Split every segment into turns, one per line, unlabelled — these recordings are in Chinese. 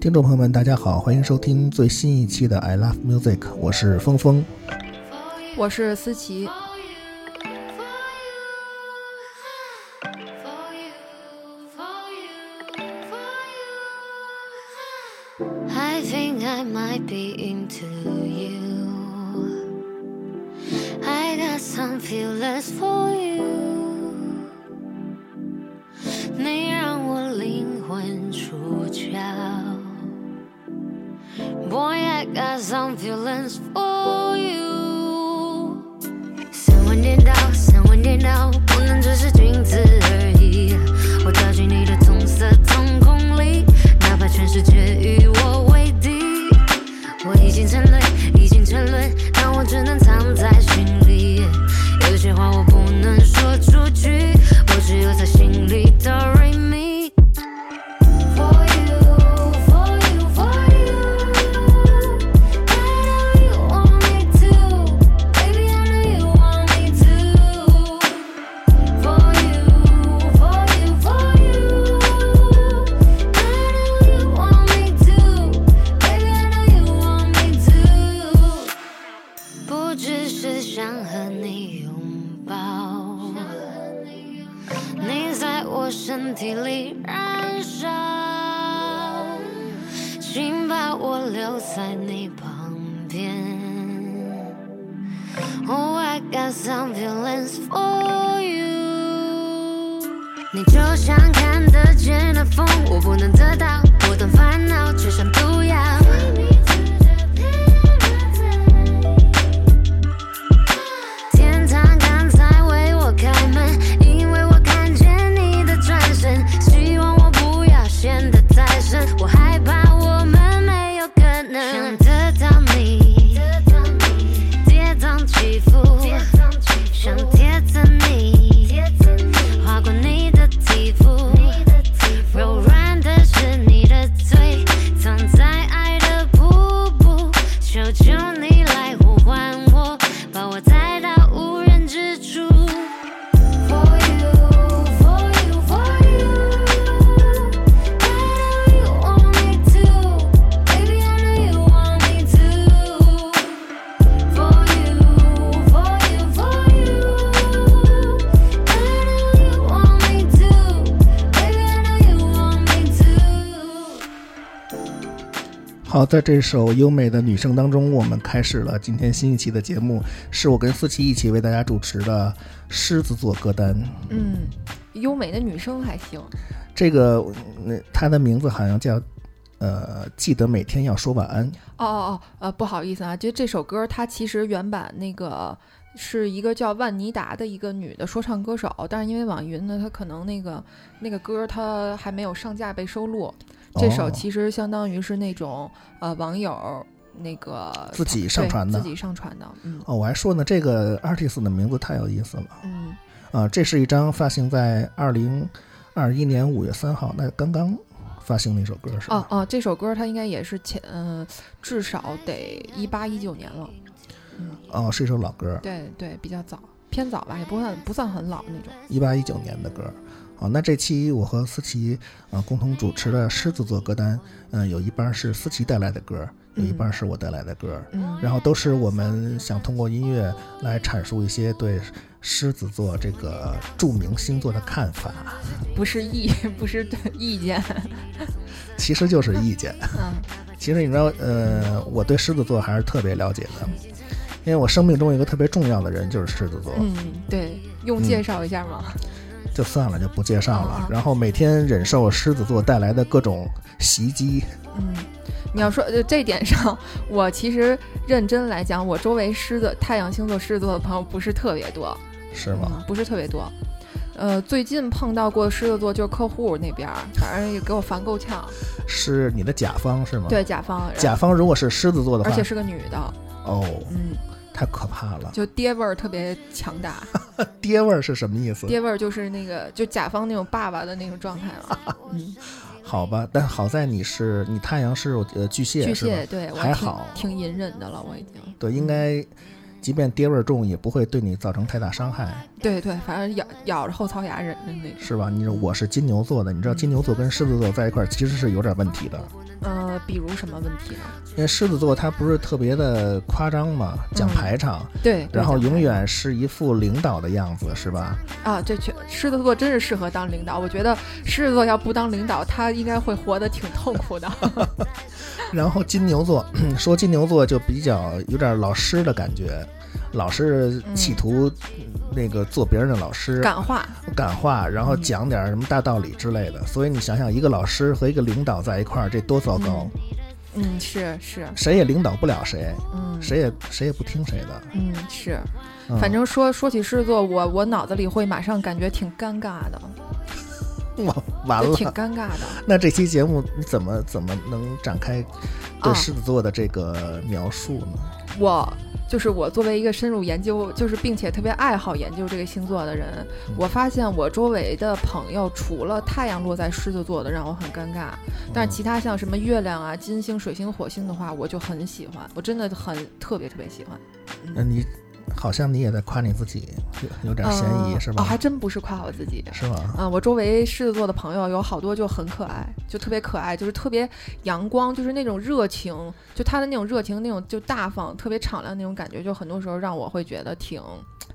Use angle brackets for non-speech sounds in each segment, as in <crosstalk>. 听众朋友们，大家好，欢迎收听最新一期的《I Love Music》，我是峰峰。
我是思琪，
I think I might be into you. I got some feelings for you. 你让我灵魂出窍。Boy, I got some feelings for you. 三文颠倒，三文颠倒，不能只是君子而已。我掉进你的棕色瞳孔里，哪怕全世界与我为敌。我已经沉沦，已经沉沦，但我只能藏在心里。有些话我不能说出去，我只有在心里 d o r me。For you, for you, for you. I know you want me to, baby. I know you want me to. For you, for you, for you. I know you want me to, baby. I know you want me to. 不只是想和你拥抱，你在我身体里燃烧，请把我留在你旁边。Oh, I got some feelings for you。你就像看得见的风，我不能得到，我的烦恼就像毒药。天堂刚才为我开门，因为我看见你的转身。希望我不要陷得太深，我害怕我们没有可能想得到你，跌宕起伏，想贴着你，划过你的肌肤，柔软的是你的嘴，藏在爱的瀑布，求求你来呼唤我，把我带到无人之处。For you, for you, for you, I know you want me to, baby. I know you want me to. For you, for you, for you, I know you want me to, baby. I know you want me to.
好，在这首优美的女声当中，我们开始了今天新一期的节目，是我跟思琪一起为大家主持的狮子座歌单。
嗯，优美的女生还行，
这个，嗯它的名字好像叫，呃，记得每天要说晚安。
哦哦哦，呃，不好意思啊，就这首歌它其实原版那个是一个叫万妮达的一个女的说唱歌手，但是因为网易云呢，它可能那个那个歌它还没有上架被收录，这首
哦
其实相当于是那种呃网友那个
自己
对
上传的
自己上传的，嗯
哦，我还说呢，这个 artist 的名字太有意思了
嗯，
啊！这是一张发行在二零二一年五月三号，那刚刚发行的一首歌是吧？
哦哦，这首歌它应该也是前嗯、至少得一八一九年了，
哦是一首老歌，
对对，比较早，偏早吧，也不算不算很老那种。
一八一九年的歌。好，那这期我和思琪啊、共同主持的狮子座歌单，嗯、有一半是思琪带来的歌，有一半是我带来的歌，
嗯
然后都是我们想通过音乐来阐述一些对狮子座这个著名星座的看法，，
不是意，不是对
<laughs>
意见。
其实就是意见。
嗯
其实你知道，呃，我对狮子座还是特别了解的，因为我生命中有一个特别重要的人就是狮子座，
嗯，对，用介绍一下吗？
就算了，就不介绍了
啊。
然后每天忍受狮子座带来的各种袭击，
嗯，你要说呃这点上，我其实认真来讲，我周围狮子太阳星座狮子座的朋友不是特别多，
是吗？
嗯不是特别多。呃，最近碰到过狮子座就是客户那边儿，反正也给我烦够呛。
是你的甲方是吗？，
嗯对，甲方，然后
甲方如果是狮子座的
而
话
且，是个女的，
哦，
嗯，
太可怕了。
就爹味儿特别强大，
爹味儿是什么意思？
嗯爹味儿就是那个就甲方那种爸爸的那种状态了。嗯，
好吧，但好在你是你太阳是呃巨蟹，
巨
是
蟹嗯
吧？
对我
还
挺
好
挺隐忍的了，我已经。
对，应该，即便爹味儿重，也不会对你造成太大伤害。
对对，反正咬咬着后槽牙忍着那种。嗯
是吧？你说我是金牛座的，你知道金牛座跟狮子座在一块儿其实是有点问题的。
呃，比如什么问题呢？
因为狮子座他不是特别的夸张嘛，讲
嗯
排场，
对，
然后
对
永远是一副领导的样子，是吧？
啊，这确狮子座真是适合当领导。我觉得狮子座要不当领导，他应该会活得挺痛苦
<laughs>
的。 <laughs>
然后金牛座 <clears throat> 说金牛座就比较有点老师的感觉，老是企图
嗯
那个做别人的老师，
感化，
感化，然
嗯
后讲点什么大道理之类的。所以你想想，一个老师和一个领导在一块儿，这多糟糕，
嗯，是是，
谁也领导不了谁，
嗯
谁也谁也不听谁的。
嗯是。
嗯
反
<laughs>
正说说起狮子座，我我脑子里会马上感觉挺尴尬的，
完完
就挺
了，
尴尬的。
<laughs> 那这期节目你怎么怎么能展开对
啊
狮子座的这个描述呢？
我就是我作为一个深入研究，就是并且特别爱好研究这个星座的人，
嗯
我发现我周围的朋友除了太阳落在狮子座的让我很尴尬，但
嗯
是其他像什么月亮啊、金星、水星、火星的话，我就很喜欢，我真的很特别特别喜欢。
那你好像你也在夸你自己，有有点嫌疑、
呃
是
哦，还
吧？
真不是夸我自己。
是吗？
啊、我周围狮子座的朋友有好多就很可爱，就特别可爱，就是特别阳光，就是那种热情，就他的那种热情，那种就大方，特别敞亮那种感觉，就很多时候让我会觉得挺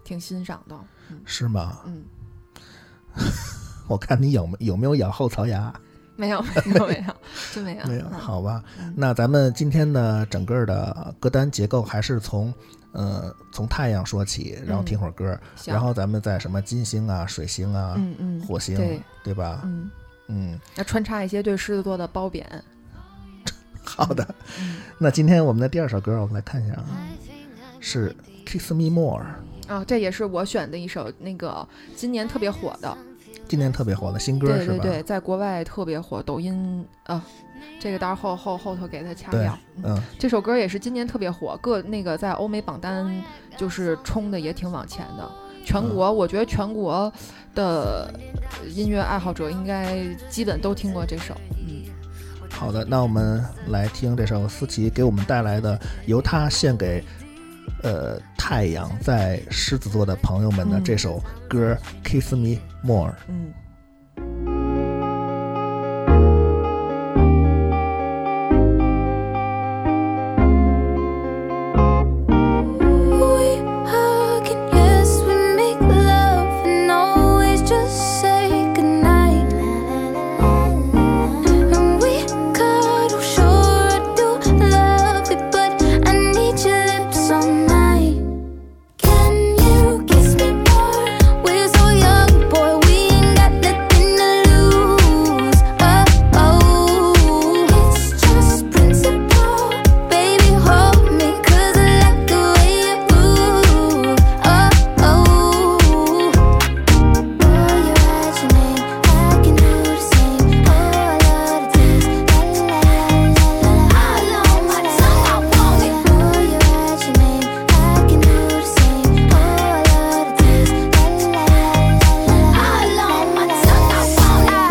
挺欣赏的。
是吗？
嗯，
我看你有没有没有咬后槽牙？
没有，没有，没有，真没有，
没有，
嗯
好吧
嗯。
那咱们今天的整个的歌单结构还是从，呃，从太阳说起，然后听会儿歌，
嗯行
然后咱们再什么金星啊、水星啊、
嗯嗯，
火星，
对
吧？
嗯，
嗯，
要穿插一些对狮子座的褒贬。嗯
好的。那今天我们的第二首歌，我们来看一下啊，是《Kiss Me More》，
啊，这也是我选的一首那个今年特别火的，
今年特别火的新歌，
对
是
对
吧？
对，在国外特别火，抖音啊，这个待会儿后后后头给他掐
对
掉。嗯
嗯，
这首歌也是今年特别火，各那个在欧美榜单就是冲的也挺往前的。全国，
嗯
我觉得全国的音乐爱好者应该基本都听过这首。嗯，
好的，那我们来听这首思琪给我们带来的，由她献给呃太阳在狮子座的朋友们的
嗯
这首歌《Kiss Me More》。
嗯，
We hug and yes, we make love and always just say goodnight. And we cuddle, sure I do love it, but I need your lips all night. Can you kiss me more? We're so young, boy, we ain't got nothing to lose. Oh, it's just principle, baby, hold me 'cause I like the way you move. Oh, Oh, you're at your name. I can do the same. Oh, I love the taste. La la la la. I love my tongue. I want it. Oh, you're at your name. I can do the same. Oh, I love the taste. La la la la. I love my tongue. I want it.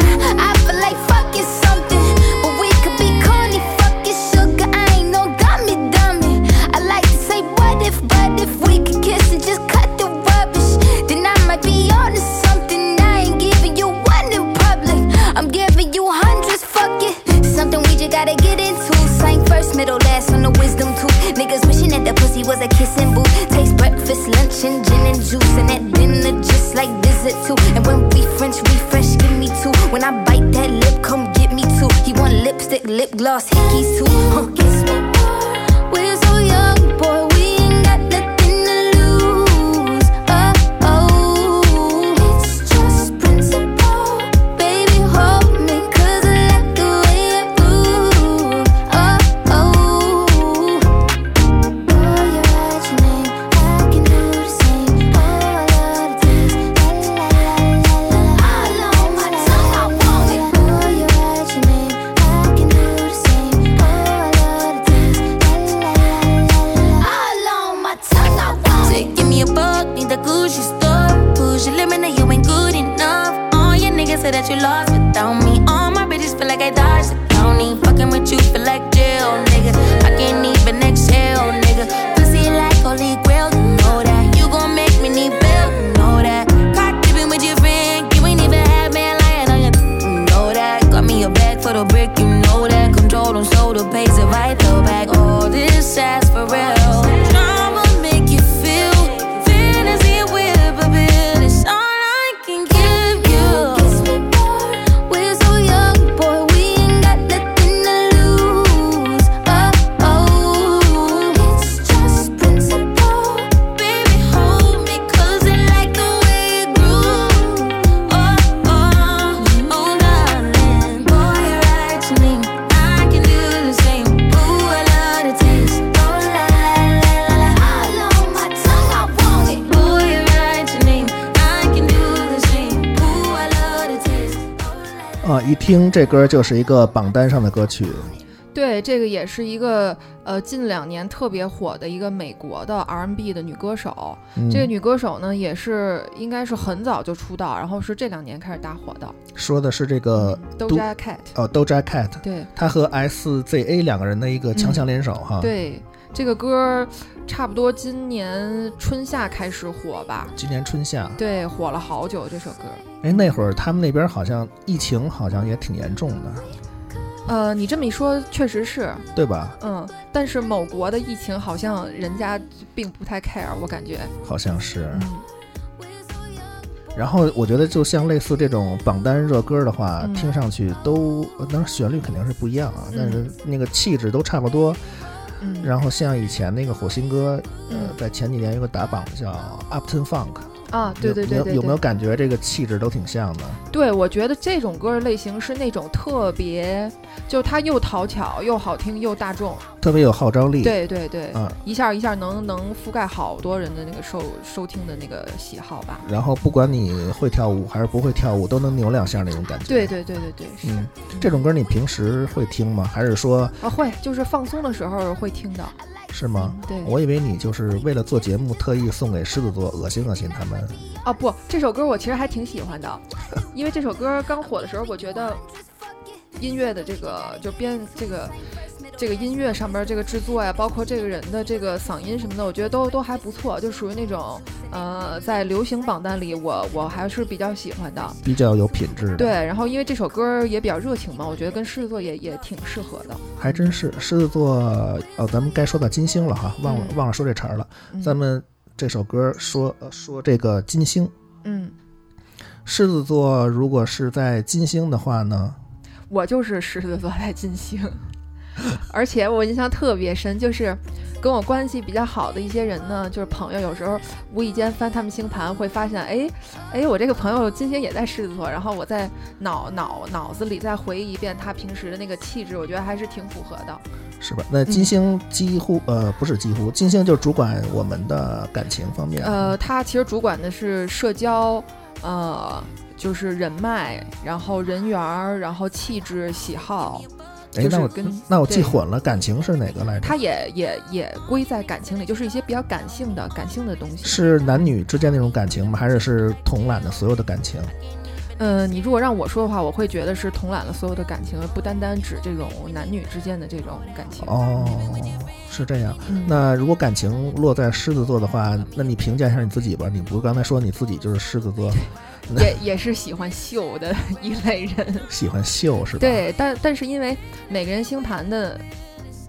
I feel like fucking something, but we could be corny, fucking sugar. I ain't no gummy dummy. I like to say what if, but if we could kiss and just cut the rubbish, then I might be onto something. I ain't giving you one in public. I'm giving you hundreds, fuck it. Something we just gotta get into. Slang first, middle, last on the wisdom tooth. Niggas wishing that the pussy was a kissing booth. Taste breakfast, lunch, and gin and juice. And at dinner, just like visit too. And when we French refresh, give me two. When I bite that lip, come get me two. He want lipstick, lip gloss, hickeys too. Huh, kiss me more. We're so young, boy. We ain't got nothing to lose. Oh, oh. It's just principle. Baby, hold me, 'cause I like the way it moves. Oh, oh. Oh, you're at your name. I can do the same. Oh, I love the taste. La la la la la. I love my tongue. I want it. Oh, you're at your name. I can do the same. Oh, I love the taste. La la la la la. I love my tongue. I want it.
Say, give me a buck, need the Gucci store. Push your limit, now you ain't good enough. All your niggas say that you lost without me. All my bitches feel like I dodged the county. Fucking with you feel like jail, nigga. I can't even exhale, nigga. Pussy like holy grail, you know that. You gon' make me need bail, you know that. Cock dipping with your friend, you ain't even had man lying on your, you know that. Got me a bag for the brick, you know that. Control don't
Oh, Oh,
啊一听这歌就是一个榜单上的歌曲，
对，这个也是一个呃近两年特别火的一个美国的 R&B 的女歌手。
嗯、
这个女歌手呢，也是应该是很早就出道，然后是这两年开始大火的。
说的是这个都
Doja Cat，
哦 Doja Cat，
对
她和 S Z A 两个人的一个强强联手哈，，
嗯对，这个歌儿差不多今年春夏开始火吧。
今年春夏，
对，火了好久这首歌。
哎那会儿他们那边好像疫情好像也挺严重的，
呃，你这么一说，确实是，
对吧？
嗯，但是某国的疫情好像人家并不太 care，我感觉，
好像是。
嗯，
然后我觉得就像类似这种榜单热歌的话，
嗯
听上去都，呃当然旋律肯定是不一样啊，
嗯
但是那个气质都差不多。
嗯
然后像以前那个火星哥，呃
嗯，
在前几年有个打榜叫 Upton Funk，
啊，对对
呃
对
有
对
有有没有
对，
感觉这个气质都挺像的？
对我觉得这种歌类型是那种特别，就它又讨巧又好听又大众，
特别有号召力。，
对对对，
嗯，
一下一下能能覆盖好多人的那个收收听的那个喜好吧。
然后不管你会跳舞还是不会跳舞，都能扭两下那种感觉。
对，对对对对，是、
嗯，这种歌你平时会听吗？还是说
啊，会就是放松的时候会听到，嗯
是吗？
对
我以为你就是为了做节目特意送给狮子座恶心恶心他们。
啊不，这首歌我其实还挺喜欢的，因为这首歌刚火的时候，我觉得音乐的这个就编这个这个音乐上边这个制作呀，包括这个人的这个嗓音什么的，我觉得都都还不错，就属于那种呃在流行榜单里我我还是比较喜欢的。
比较有品质的。
对，，然后因为这首歌也比较热情嘛，我觉得跟狮子座也也挺适合的。
还真是狮子座。哦，咱们该说到金星了哈，忘了、
嗯
忘了说这茬儿了。
嗯
咱们这首歌说呃说这个金星，
嗯，
狮子座如果是在金星的话呢，
我就是狮子座在金星， <laughs> 而且我印象特别深，就是跟我关系比较好的一些人呢，就是朋友，有时候无意间翻他们星盘，会发现，哎，哎，我这个朋友金星也在狮子座，然后我在脑脑脑子里再回忆一遍他平时的那个气质，我觉得还是挺符合的。
是吧？那金星几乎、呃不是几乎，金星就主管我们的感情方面。
嗯呃，他其实主管的是社交，呃，就是人脉，然后人缘儿，然后气质、喜好，
哎，
就
那
是
我
跟
那我记
对
混了，感情是哪个来着？
他也也也归在感情里，就是一些比较感性的感性的东西。
是男女之间那种感情吗？还是是统揽的所有的感情？
嗯，你如果让我说的话，我会觉得是统揽了所有的感情，而不单单指这种男女之间的这种感情。
哦，是这样。
嗯，
那如果感情落在狮子座的话，那你评价一下你自己吧。你不是刚才说你自己就是狮子座，
也也是喜欢秀的一类人。
喜欢秀是吧？，
<laughs> 对，但但是因为每个人星盘的。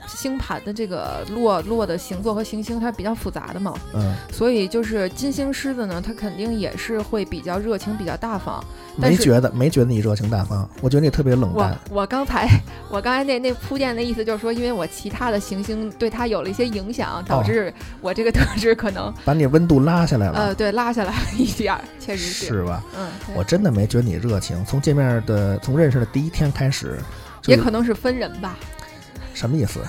星盘的这个落落的星座和行星，它是比较复杂的嘛，
嗯，
所以就是金星狮子呢，它肯定也是会比较热情、比较大方，但
没
是
觉得没觉得你热情大方，我觉得你特别冷
我
淡。
我刚才我刚才那那铺垫的意思就是说，因为我其他的行星对它有了一些影响，
哦
导致我这个特质可能、
把你温度拉下来了，
呃对拉下来了一点儿，确实
是吧？
嗯，对
我真的没觉得你热情，从见面的从认识的第一天开始，就
也
有
可能是分人吧，
什么意思？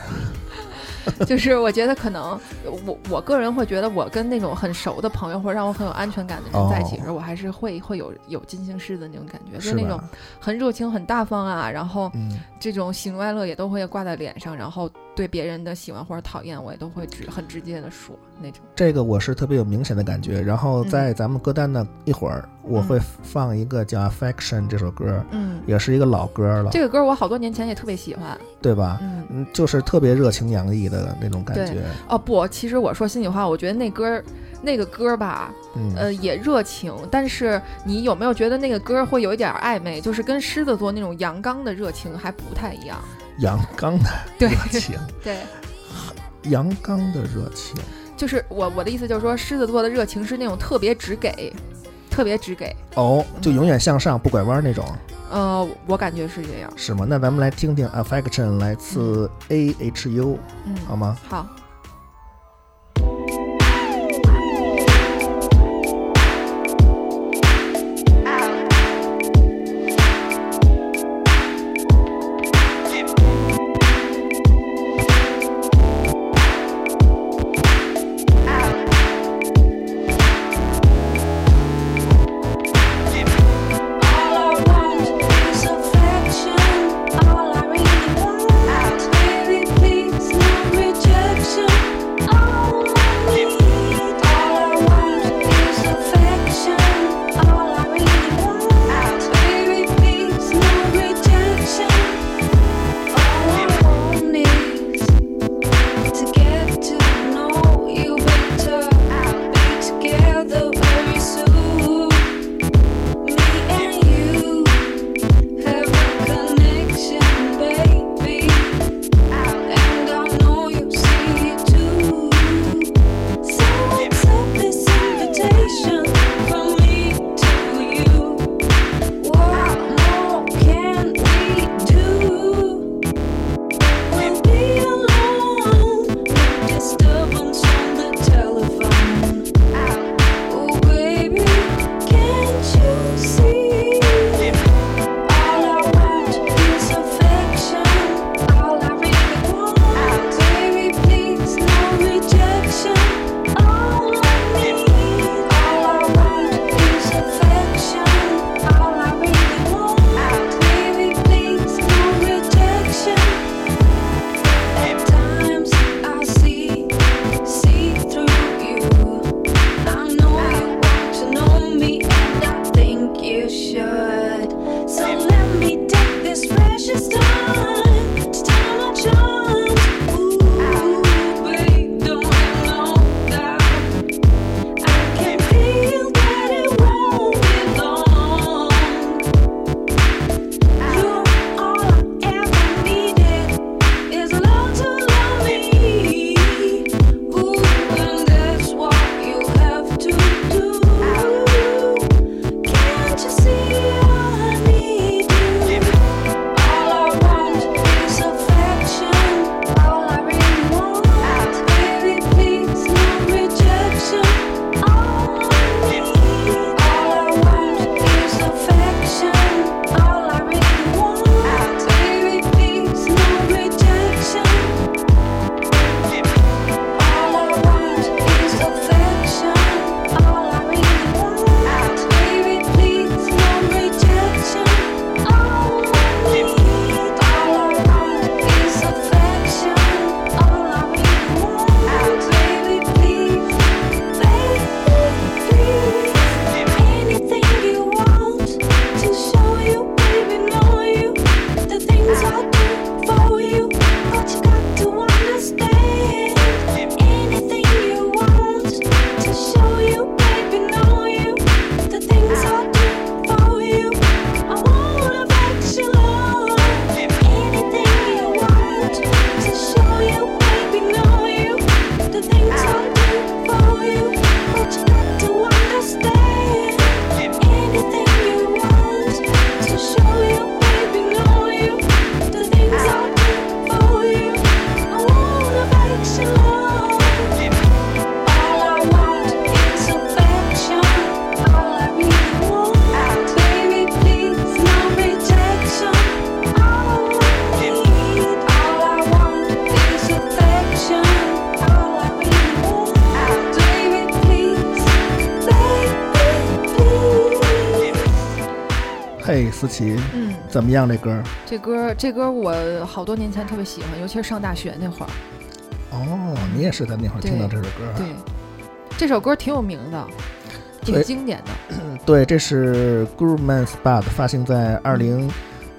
就是我觉得可能我我个人会觉得，我跟那种很熟的朋友或者让我很有安全感的人在一起的时候，我还是会会有有金星狮子那种感觉，就是那种
哦吧？
很热情、很大方啊，然后
嗯，
这种喜怒哀乐也都会挂在脸上，然后对别人的喜欢或者讨厌，我也都会直很直接的说那种。
这个我是特别有明显的感觉。然后
嗯
在咱们歌单的一会儿，我会放一个叫《Affection》这首歌，
嗯，
也是一个老歌了，
这个歌我好多年前也特别喜欢，
对吧？
嗯，
嗯，就是特别热情洋溢的那种感
对
觉。
哦不，其实我说心里话，我觉得那歌儿那个歌儿吧，
嗯，
呃，也热情，但是你有没有觉得那个歌儿会有一点儿暧昧，就是跟狮子座那种阳刚的热情还不太一样？
阳刚的
<laughs> 对
热情，
对，
阳刚的热情，
就是我我的意思就是说，狮子座的热情是那种特别只给，特别只给，
哦，就永远向上不拐弯那种，
呃，我感觉是这样，
是吗？那咱们来听听《Affection》来自 A H U
嗯，
好吗？
好，
All I want is affection.
嘿，思琪，
嗯，
怎么样这歌？
这歌这歌我好多年前特别喜欢，尤其是上大学那会儿。
哦，你也是在那会儿听到这首歌啊？
对，这首歌挺有名的，挺
对
经典的。
对，这是 Groove Man Spot 发行在二零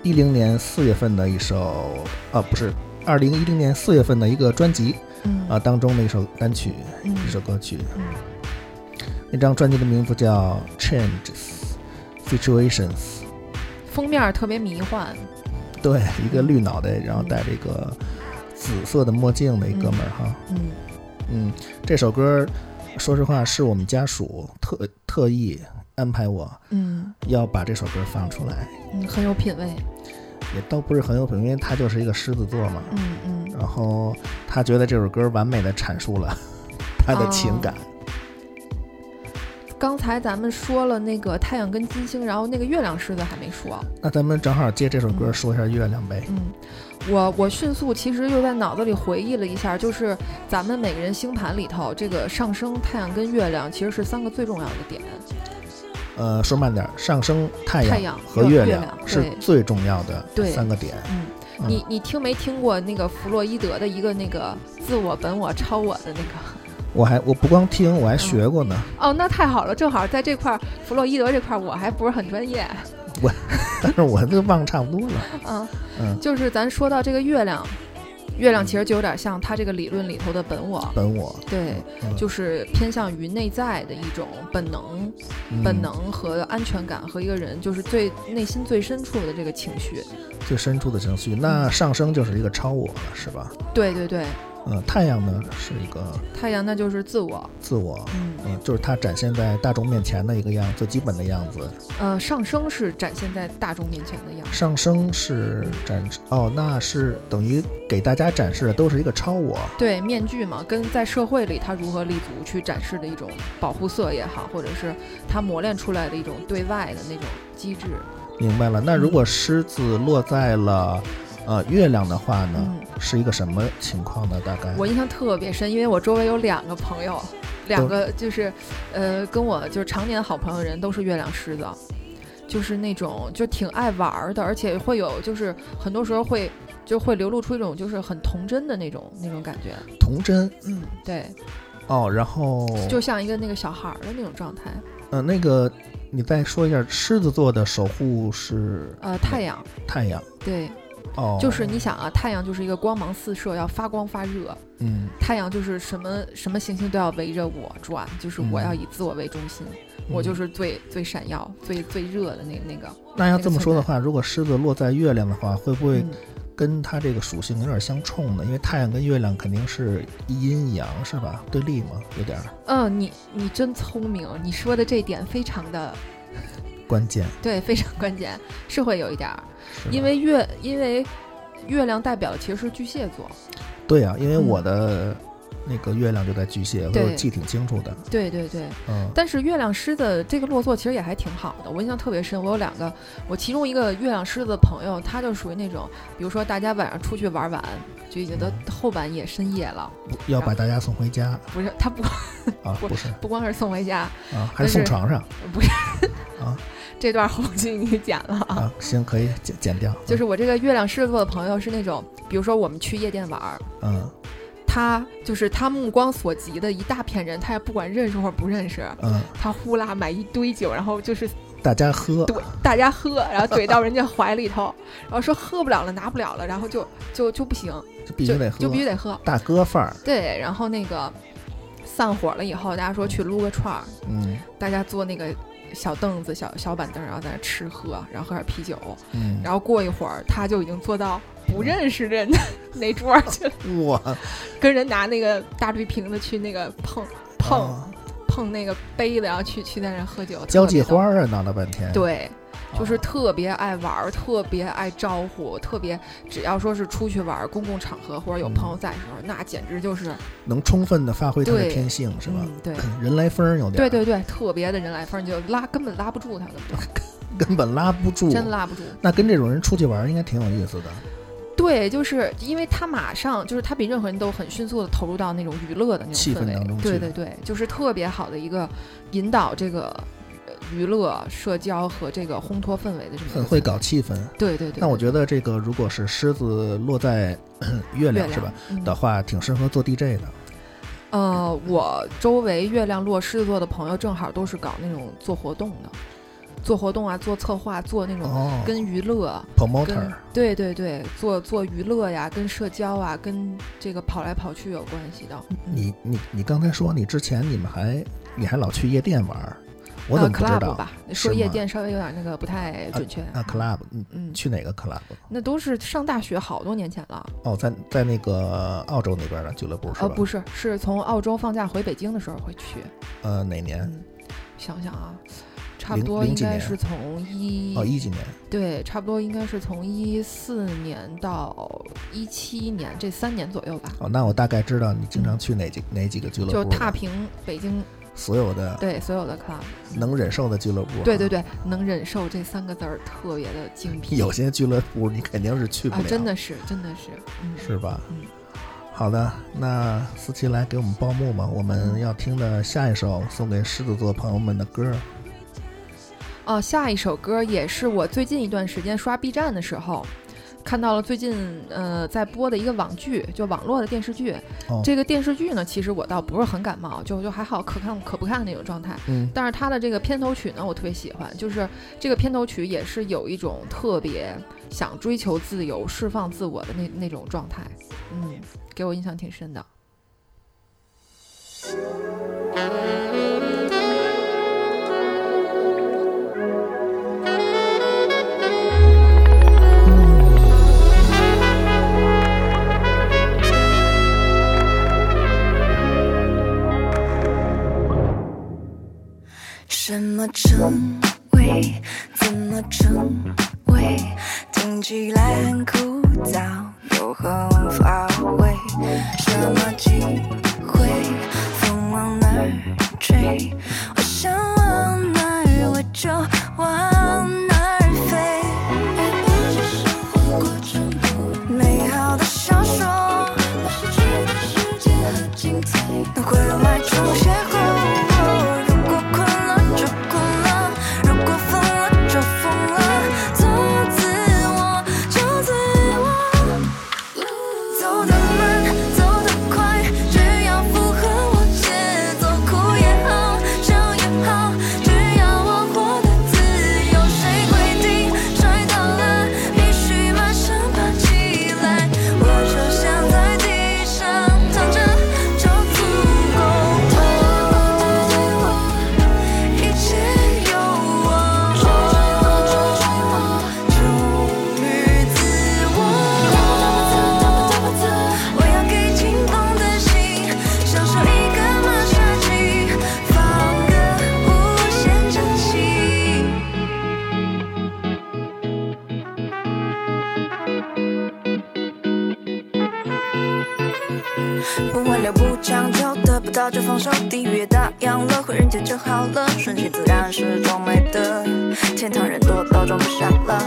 一零年四月份的一首，啊，不是，二零一零年四月份的一个专辑
嗯
啊当中的一首单曲，
嗯
一首歌曲。
嗯
那张专辑的名字叫《Changes Situations》，
封面儿特别迷幻。
对，一个绿脑袋，然后戴着一个紫色的墨镜的一哥们儿哈，
嗯
嗯，这首歌，说实话是我们家属特特意安排我
嗯
要把这首歌放出来，
嗯，很有品味。
也倒不是很有品，因为他就是一个狮子座嘛，
嗯嗯，
然后他觉得这首歌完美的阐述了 <laughs> 他的情感，
哦刚才咱们说了那个太阳跟金星，然后那个月亮狮子还没说。
那咱们正好借这首歌说一下月亮呗，
嗯，我我迅速其实又在脑子里回忆了一下，就是咱们每个人星盘里头，这个上升太阳跟月亮其实是三个最重要的点。
呃，说慢点儿，上升太
太阳
和
和
月
月
亮
亮
是
对
最重要的
对
三个点，
嗯，
嗯
你你听没听过那个弗洛伊德的一个那个自我、本我、超我的那 <laughs> 个？
我还我不光听，我还学过呢，
哦，那太好了，正好在这块儿，弗洛伊德这块儿我还不是很专业。
<laughs> 但是我都忘差不多了，
嗯，
嗯
就是咱说到这个月亮，月亮其实就有点像他这个理论里头的本我，
本我
对，
嗯
就是偏向于内在的一种本能、
嗯
本能和安全感和一个人就是最内心最深处的这个情绪。
嗯最深处的情绪，
嗯
那上升就是一个超我了，是吧？
对对对，
嗯，太阳呢是一个
太阳那就是自我，
自我，
嗯
嗯，就是它展现在大众面前的一个样，最基本的样子。
呃，上升是展现在大众面前的样子。
上升是展示，哦，那是等于给大家展示的都是一个超我，
对面具嘛，跟在社会里他如何立足去展示的一种保护色也好，或者是他磨练出来的一种对外的那种机制。
明白了？那
嗯
如果狮子落在了呃月亮的话呢，
嗯，
是一个什么情况呢？大概
我印象特别深，因为我周围有两个朋友，两
嗯
个就是呃跟我就是常年好朋友的人都是月亮狮子，就是那种就挺爱玩儿的，而且会有就是很多时候会就会流露出一种就是很童真的那种那种感觉。
童真
嗯，对，
哦，然后
就像一个那个小孩儿的那种状态。
呃那个你再说一下，狮子座的守护是
呃，太阳，
太阳
对。
哦，
就是你想啊，太阳就是一个光芒四射，要发光发热。
嗯，
太阳就是什么什么行星都要围着我转，就是
嗯
我要以自我为中心，我就是最最闪耀、最最热的那那个。
那要这么说的话，如果狮子落在月亮的话，会不会
嗯
跟它这个属性有点相冲呢？因为太阳跟月亮肯定是一阴一阳，是吧？对立嘛，有点儿
嗯，你你真聪明，你说的这点非常的
关键，
对，非常关键，是会有一点儿，
是吧
因为月因为月亮代表的其实是巨蟹座，
对啊，因为
嗯
我的那个月亮就在巨蟹，我
对
有记挺清楚的，
对对对。
嗯，
但是月亮狮子这个落座其实也还挺好的，我印象特别深。我有两个，我其中一个月亮狮子的朋友，他就属于那种，比如说大家晚上出去玩完，就已经
嗯
都后半夜深夜了，
要把大家送回家
不是他不
啊，
我
不是
不光是送回家，
啊，还是送
但是
床上
这段后期你剪了啊。
啊，行，可以剪剪掉，
就是我这个月亮狮子座的朋友是那种，比如说我们去夜店玩儿，
嗯
他就是他目光所及的一大片人，他也不管认识或者不认识，
嗯，
他呼啦买一堆酒，然后就是
大家喝，
怼大家喝，然后怼到人家怀里头，然后说喝不了了，拿不了了，然后就就就不行，
就必
就
须得喝
就，必须得喝。
大哥范儿，
对，然后那个散伙了以后，大家说去撸个串儿，
嗯
大家坐那个小凳子、小小板凳，然后在那吃喝，然后喝点啤酒，
嗯，
然后过一会儿他就已经坐到不认识人的那桌儿去了，
我
跟人拿那个大绿瓶子去那个碰碰、碰那个杯子，然后去去在那喝酒，
啊交
特别
际
逗
花。儿啊，闹了半天，
对，
啊，
就是特别爱玩儿，特别爱招呼，特别只要说是出去玩儿，公共场合或者有朋友在的时候，那简直就是
能充分的发挥他的
对
天性，是吧？ <clears throat>
嗯，对，
人来疯儿有点
对
儿，
对对，特别的人来疯，你就拉根本拉不住他，根本
根本拉不住。
真拉不住。
那跟这种人出去玩儿应该挺有意思的。
对，就是因为他马上就是他比任何人都很迅速的投入到那种娱乐的那种
气氛
氛围
当中去
对对对，就是特别好的一个引导这个呃娱乐、社交和这个烘托氛围的这么一个
很会搞气氛。
对对对，
那我觉得这个如果是狮子落在 <coughs> 月亮是吧
嗯
的话，挺适合做 DJ 的。
呃，我周围月亮落狮子座的朋友，正好都是搞那种做活动的，做活动啊，做策划，做那种
哦
跟娱乐，啊跟
，promoter
对对对，做做娱乐呀，跟社交啊，跟这个跑来跑去有关系的。嗯
你你你刚才说你之前你们还你还老去夜店玩儿，我怎么不
呃
知道
？club 吧，说
是
夜
吗
店稍微有点那个不太准确。
啊？club，你
嗯，
去哪个 club？
那都是上大学好多年前了，
哦，在在那个澳洲那边的俱乐部是
呃，
吧？
不是，是从澳洲放假回北京的时候会去。
呃，哪年？
嗯，想想啊，差不
零
多
零
应
几
该
年
是从一
哦，一几年？
对，差不多应该是从一四年到一七年这三年左右吧，
哦，那我大概知道你经常去哪几哪几个俱乐
嗯就
部了，啊
踏平北京
所有的
对所有的 club。
能忍受的俱乐部。
对对，对，能忍受这三个字儿特别的精
<laughs>
辟，
有些俱乐部你肯定是去不
啊
了，，
真的是真的是，嗯，
是吧？
嗯
好的，那思琪来给我们报幕嘛，我们要听的下一首送给狮子座朋友们的歌儿，
哦，下一首歌也是我最近一段时间刷 B 站的时候。看到了最近呃在播的一个网剧，就网络的电视剧。
哦
这个电视剧呢，其实我倒不是很感冒，就就还好，可看可不看那种状态。
嗯，
但是它的这个片头曲呢，我特别喜欢，就是这个片头曲也是有一种特别想追求自由、释放自我的那那种状态，嗯，给我印象挺深的。
什么称谓？怎么称谓？听起来很枯燥，又很乏味。什么机会？风往哪儿吹？我想往哪儿，我就往哪儿飞。美好的小说，能回到哪种邂逅？如果困了就困了，如果疯了就疯了，做自我，就自我。走得慢，走得快，只要符合我节奏，哭也好，笑也好，只要我活得自由，谁规定摔倒了必须马上爬起来？我就想在地上躺着就足够。一切有我，忠于自我。我要给紧绷的心，享受一个马杀鸡，放个无限真情。不挽留，不强求，得不到就放手，地狱也荡漾了，回人间就好了，顺其自然是种美德，天堂人多到装不下了。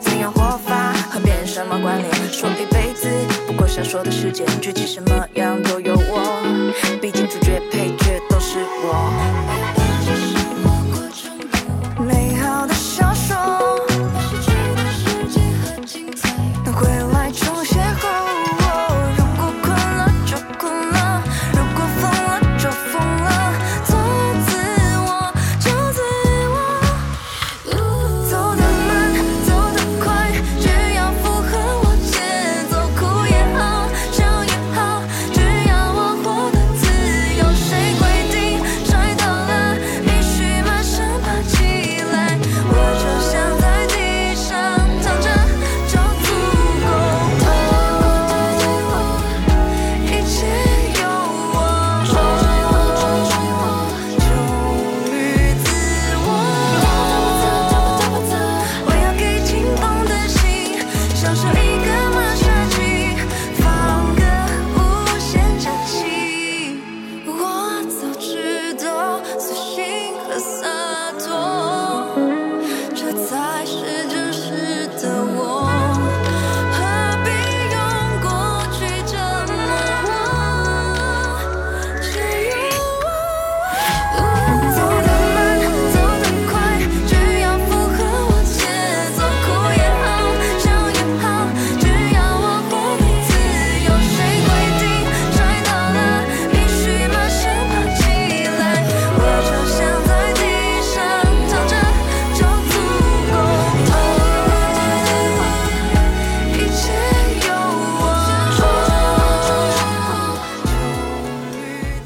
怎样活法和别人什么关联？说一辈子不过想说的时间，剧情什么样都有我，毕竟主角配角都是我。美好的小说，能回来重邂逅我。如果困了就困了，如果疯了就疯了，做自我，就自我。走得慢，走得快，只要符合我节奏，哭也好，笑也好，只要我活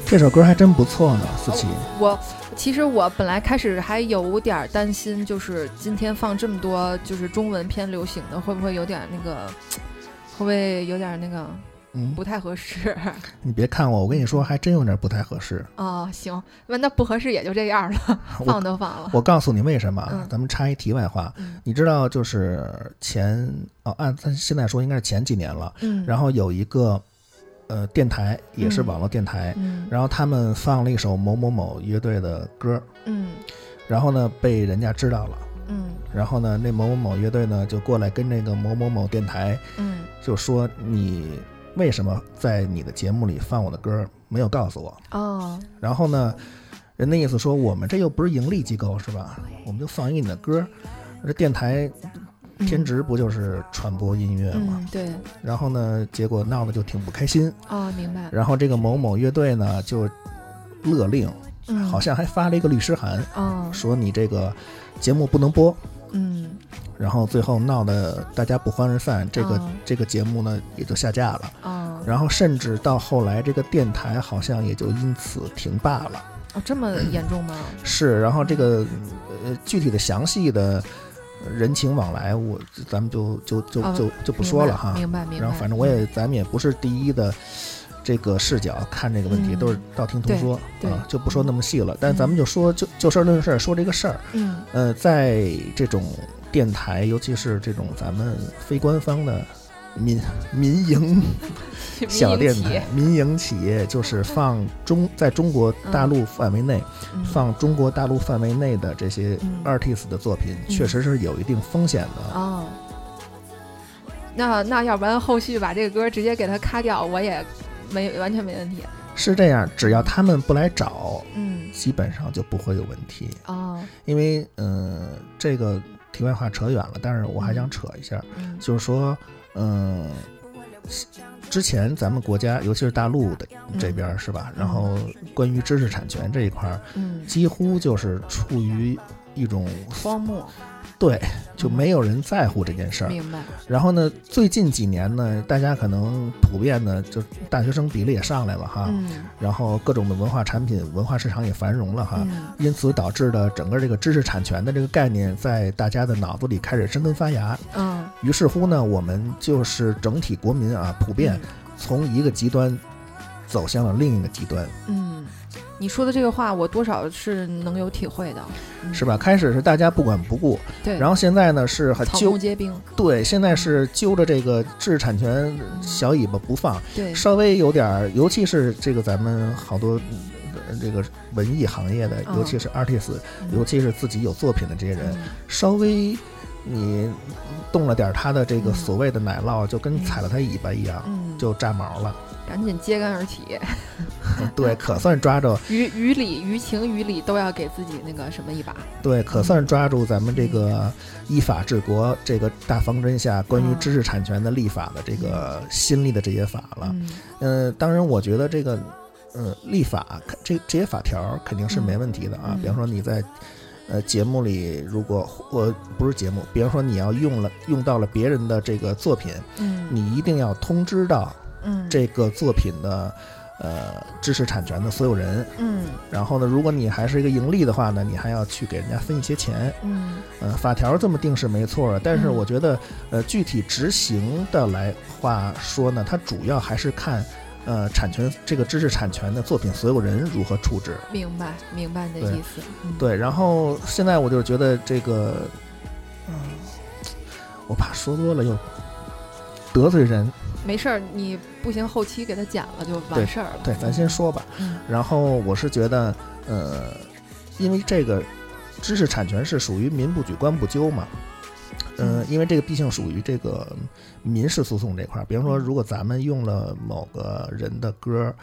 这首歌还真不错呢，思琪。
我其实我本来开始还有点儿担心，就是今天放这么多就是中文偏流行的，会不会有点那个，会不会有点那个
嗯，
不太合适 <laughs>
你别看我，我跟你说，还真有点不太合适。
啊、行，那那不合适也就这样了，放都放了。
我告诉你为什么啊，
嗯
咱们插一题外话。
嗯
你知道，就是前哦，按咱现在说应该是前几年了。
嗯，
然
后
后有一个呃电台，也是网络电台，
嗯
然后他们放了一首某某某乐队的歌，
嗯
然后呢被人家知道了，
嗯
然后呢那某某某乐队呢就过来跟那个某某某电台
嗯
就说你为什么在你的节目里放我的歌没有告诉我？
哦
然后呢，人的意思说我们这又不是盈利机构是吧？我们就放一个你的歌，这电台
嗯
天职不就是传播音乐吗？
嗯对
然后呢，结果闹得就挺不开心。
哦明白，
然后这个某某乐队呢就勒令，
嗯
好像还发了一个律师函，
哦
说你这个节目不能播。
嗯
然后最后闹得大家不欢而散，这个、
哦
这个节目呢也就下架了。
哦
然后甚至到后来，这个电台好像也就因此停罢了。
哦这么严重吗？
是，然后这个呃具体的详细的人情往来，我咱们就就就
哦
就就不说了哈。
明白明白。明白
然后反正我也咱们也不是第一的这个视角看这个问题，
嗯
都是道听途说
对对
啊，就不说那么细了。但咱们就说就就事儿论事儿，说这个事儿。
嗯
呃，在这种电台，尤其是这种咱们非官方的民民营小电台、民营企业，就是放中在中国大陆范围内。
嗯
放中国大陆范围内的这些
嗯
artist 的作品，确实是有一定风险的。
哦，那那要不然后续把这个歌直接给它咔掉，我也没完全没问题。
是这样，只要他们不来找，
嗯，
基本上就不会有问题。
哦，
因为，呃，这个题外话扯远了，但是我还想扯一下，
嗯
就是说，嗯、之前咱们国家，尤其是大陆的
嗯
这边儿是吧？然后关于知识产权这一块儿，
嗯，
几乎就是处于一种
荒漠，
对，就没有人在乎这件事儿。啊
明白？
然后呢，最近几年呢，大家可能普遍的就大学生比例也上来了哈，
嗯
然后各种的文化产品、文化市场也繁荣了哈，
嗯
因此导致的整个这个知识产权的这个概念在大家的脑子里开始生根发芽。
嗯，
于是乎呢，我们就是整体国民啊，普遍
嗯
从一个极端走向了另一个极端，
嗯，你说的这个话，我多少是能有体会的，嗯
是？吧？开始是大家不管不顾，
对，
然后现在呢是很
草木嗯
揪，
皆兵，
对，现在是揪着这个知识产权小尾巴不放。
对，
稍微有点儿，尤其是这个咱们好多呃这个文艺行业的，
嗯
尤其是 artist，、
嗯
尤其是自己有作品的这些人，
嗯
稍微你动了点儿他的这个
嗯
所谓的奶酪，就跟踩了他尾巴一样，
嗯，
就炸毛了。
赶紧揭竿而起， <laughs> 嗯
对，可算抓住，
于于理于情于理都要给自己那个什么一把，
对，可算抓住咱们这个依法治国这个大方针下关于
嗯
知识产权的立法的这个新立的这些法了。
嗯
呃，当然，我觉得这个，呃，立法这这些法条肯定是没问题的啊。
嗯嗯
比方说你在，呃，节目里如果呃不是节目，比方说你要用了用到了别人的这个作品，
嗯
你一定要通知到
嗯，
这个作品的。呃，知识产权的所有人，
嗯
然后呢，如果你还是一个盈利的话呢，你还要去给人家分一些钱。
嗯
呃，法条这么定是没错的，但是
嗯
我觉得，呃，具体执行的来话说呢，它主要还是看，呃，产权这个知识产权的作品所有人如何处置。
明白明白你的
对
意思，嗯，
对，然后现在我就觉得这个，嗯，我怕说多了又得罪人，
没事儿，你不行后期给他剪了就完事儿了。
对，咱先说吧。
嗯
然后我是觉得，呃，因为这个知识产权是属于民不举官不究嘛，呃，
嗯
因为这个毕竟属于这个嗯民事诉讼这块儿。比方说，如果咱们用了某个人的歌儿，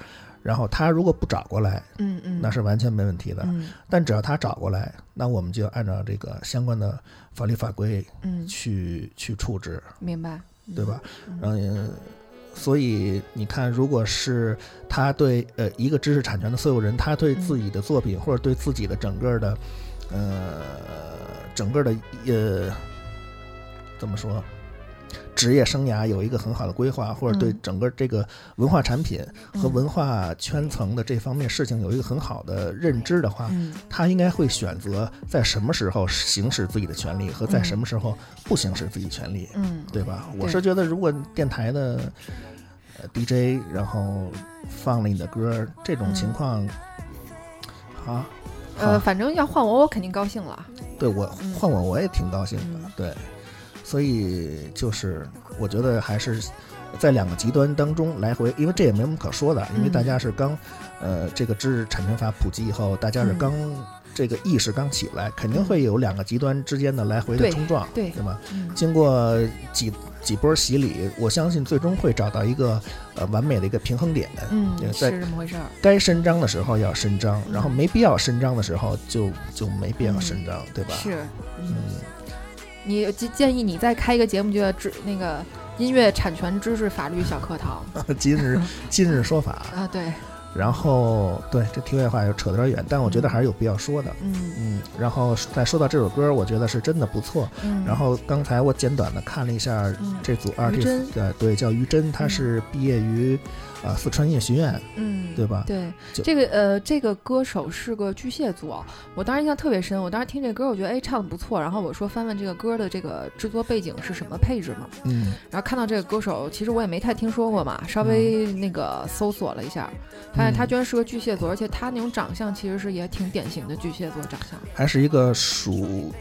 然后他如果不找过来，
嗯嗯，
那是完全没问题的。
嗯
但只要他找过来，那我们就按照这个相关的法律法规
嗯，
去去处置。
明白，
对吧？
嗯？
然后也，所以你看，如果是他对呃一个知识产权的所有人，他对
嗯
自己的作品或者对自己的整个的呃整个的呃怎么说职业生涯有一个很好的规划，或者对
嗯
整个这个文化产品和
嗯
文化圈层的这方面事情有一个很好的认知的话，
嗯
他应该会选择在什么时候行使自己的权利和在
嗯
什么时候不行使自己权利，
嗯
对吧？我
对
是觉得，如果电台的呃 DJ 然后放了你的歌，这种情况，啊，
呃，
好
反正要换我，我肯定高兴了。
对我
嗯
换我我也挺高兴的
嗯，
对，所以就是我觉得还是在两个极端当中来回，因为这也没什么可说的，因为
嗯
大家是刚呃这个知识产权法普及以后，大家是
嗯
刚。这个意识刚起来，肯定会有两个极端之间的来回的
对
冲撞，
对
对吧？
嗯
经过几几波洗礼，我相信最终会找到一个呃完美的一个平衡点。
嗯，
在
是这么回事儿。
该伸张的时候要伸张，
嗯
然后没必要伸张的时候就就没必要伸张，对吧？
是，嗯
嗯，
你建建议你再开一个节目，就叫知那个音乐产权知识法律小课堂
<laughs> 今日今日说法，
啊。对，
然后对这题外话又扯得有点远，但我觉得还是有必要说的。
嗯
嗯，然后再说到这首歌，我觉得是真的不错。
嗯，
然后刚才我简短的看了一下
嗯
这组二
于
T，
真
对对，叫于真，他
嗯
是毕业于呃四川音乐学院，
嗯，
对吧？
对，
啊就
这个呃，这个歌手是个巨蟹座，我当时印象特别深。我当时听这歌，我觉得哎唱的不错，然后我说翻翻这个歌的这个制作背景是什么配置嘛，
嗯
然后看到这个歌手，其实我也没太听说过嘛，稍微
嗯
那个搜索了一下，发现他居然是个巨蟹座，而且他那种长相其实是也挺典型的巨蟹座长相。
还是一个属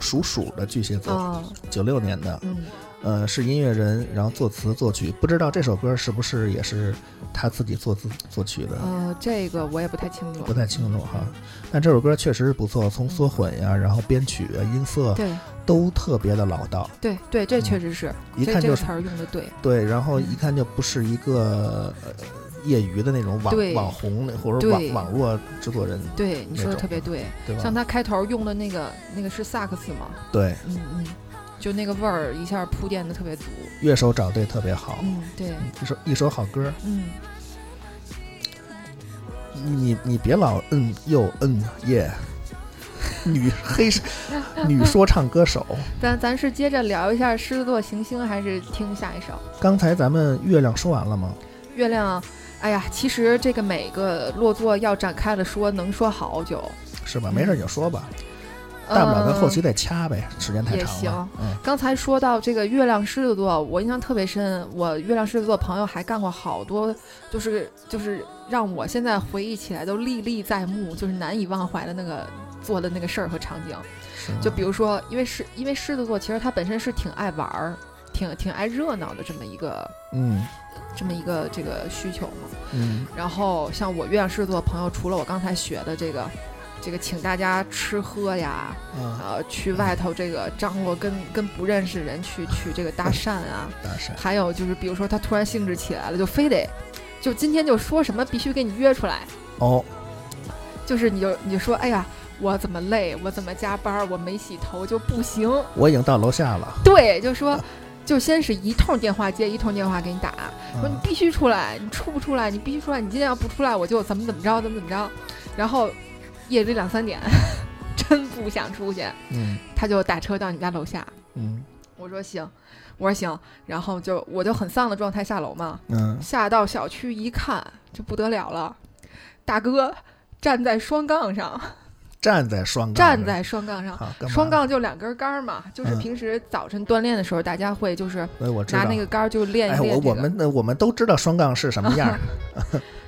属鼠的巨蟹座，
哦，
九六、年的，
嗯
呃，是音乐人，然后作词作曲，不知道这首歌是不是也是他自己作词作曲的，
呃，这个我也不太清楚
不。太清楚哈。但这首歌确实是不错，从缩混呀，然后编曲啊，音色
对
都特别的老道，
对对，这确实是，
嗯
嗯
一
这
看
这
就
个
是
词儿用的对，
对，然后一看就不是一个。呃业余的那种网
对
网红或者网
对
网络制作人，
对你说的特别对。
对吧
像？他开头用的那个那个是萨克斯吗？
对，
嗯嗯，就那个味儿一下铺垫的特别足。
乐手找对特别好，
嗯，对，
一首一首好歌，
嗯
你你别老嗯又嗯耶， <laughs> 女黑
<laughs>
是女说唱歌手。
咱咱是接着聊一下狮子座行星，还是听下一首？
刚才咱们月亮说完了吗？
月亮，哎呀，其实这个每个落座要展开了说，能说好久，
是吧？没
嗯
事你就说吧，
呃
大不了咱后期再掐呗，时间太长
也
了
行。
嗯，
刚才说到这个月亮狮子座，我印象特别深。我月亮狮子座朋友还干过好多，就是就是让我现在回忆起来都历历在目，就是难以忘怀的那个做的那个事儿和场景。
是
就比如说，因为狮因为狮子座其实他本身是挺爱玩儿，挺挺爱热闹的这么一个
嗯
这么一个这个需求嘛。
嗯
然后像我月亮狮子座朋友，除了我刚才学的这个这个请大家吃喝呀，
啊，
呃，去外头这个张罗跟跟不认识人去去这个搭讪啊，
大山
还有就是比如说他突然兴致起来了，就非得就今天就说什么必须给你约出来，
哦，
就是你就你就说哎呀。我怎么累？我怎么加班？我没洗头就不行。
我已经到楼下了。
对，就说，就先是一通电话接，一通电话给你打，说你
嗯
必须出来，你出不出来，你必须出来，你今天要不出来，我就怎么怎么着，怎么怎么着。然后夜里两三点， <laughs> 真不想出去，
嗯
他就打车到你家楼下。
嗯
我说行，我说行，然后就我就很丧的状态下楼嘛，
嗯，
下到小区一看就不得了了，大哥站在双杠上，
站在双杠
站
上
在双杠上。
好，干嘛
双，杠就两根杆儿嘛，就是
嗯
平时早晨锻炼的时候，大家会就是
哎，我知道
拿那个。杆儿就练
哎，
一
我
练、这个
我们那我们都知道双杠是什么
<laughs>
样儿，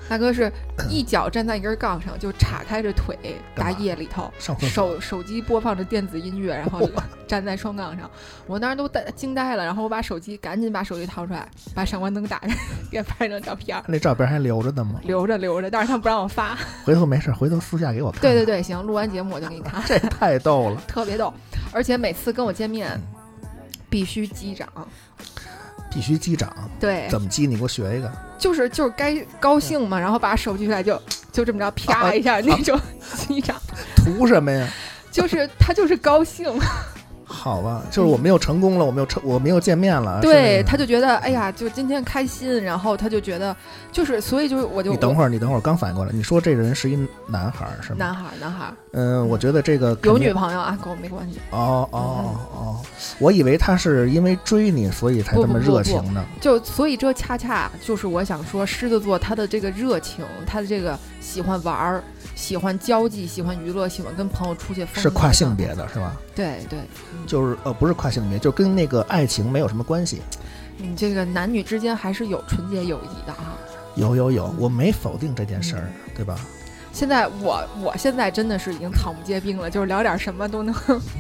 大哥是一脚站在一根杠上，就岔开着腿，
干
大
嘛
夜里头，
上厕所
手 <laughs> 手机播放着电子音乐，然后站在双杠上，我当时都呆惊呆了，然后我把手机赶紧把手机掏出来，把闪光灯打开， <laughs> 给拍张照片儿，
那照片还留着呢吗？
留着留着，但是他们不让我发。
回头没事，回头私下给我看。
对对，对，行，录完节目我就给你看，
这太逗了，
特别逗，而且每次跟我见
嗯
面必须击掌，
必须击掌。
对，
怎么击？你给我学一个。
就是就是该高兴嘛，然后把手举起来就就这么着啪一
啊
下那种击掌，
图什么呀？
就是他就是高兴。
啊好吧，就是我们又成功了，我们又成，我们又见面了。
对，
是
他就觉得哎呀，就今天开心，然后他就觉得就是，所以就是我就
你等
儿，
会儿，你等会儿，刚反应过来，你说这人是一男孩儿是吗？
男孩儿男孩儿，
嗯，我觉得这个肯
有
定
女朋友啊，跟我没关系。
哦哦哦，我以为他是因为追你，所以才
不
这么
不不
热
嗯不
情呢。
就所以这恰恰就是我想说，狮子座他的这个热情，他的这个喜欢玩儿，喜欢交际，喜欢娱乐，喜欢跟朋友出去疯的，
是跨性别的是吧？
对对，
就是呃，不是跨性别，就跟那个爱情没有什么关系。
你这个男女之间还是有纯洁友谊的啊。
有有有，我没否定这件事儿，
嗯
对吧？
现在我我现在真的是已经草木皆兵了，就是聊点什么都能， <laughs>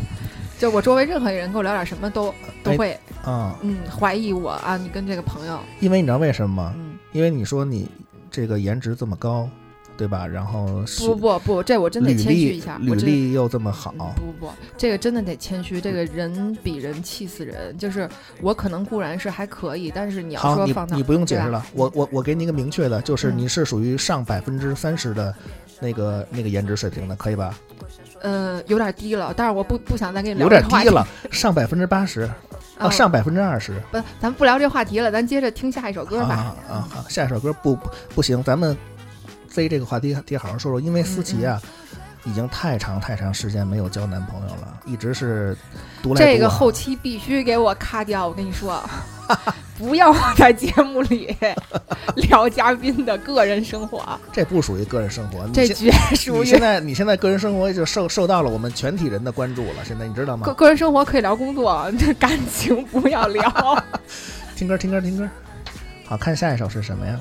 就我周围任何人跟我聊点什么都
呃
都会、
啊、
嗯怀疑我啊，你跟这个朋友
因为你知道为什么吗？
嗯
因为你说你这个颜值这么高，对吧？然后是
不不不，这我真得
履
谦虚
历
一下，
履
我真的
历又这么好，
嗯不不不，这个真的得谦虚，这个人比人气死人。就是我可能固然是还可以，但是你要
好，
说
你
放到
你不用解释
对吧
了，我我我给你一个明确的，就是
嗯
你是属于上百分之三十的那个那个颜值水平的，可以吧？
呃有点低了，但是我不不想再跟你聊
有点
这个话
低
题
了，上百分之八
<laughs>
十啊，
嗯
上百分之二十。
不，咱不聊这话题了，咱接着听下一首歌
啊
吧。
啊啊！下一首歌不不不行，咱们 Z 这个话题得好好说说，因为思琪啊。
嗯
已经太长太长时间没有交男朋友了，一直是独来独往。
这个后期必须给我咔掉，我跟你说， <laughs> 不要在节目里聊嘉宾的个人生活，
这不属于个人生活，你
这
现
绝属
你
于
现在你现在个人生活就受受到了我们全体人的关注了，现在你知道
个
吗？
个人生活可以聊工作， <laughs> 这感情不要
<laughs>
聊。
听歌听歌听歌，好看下一首是什么呀？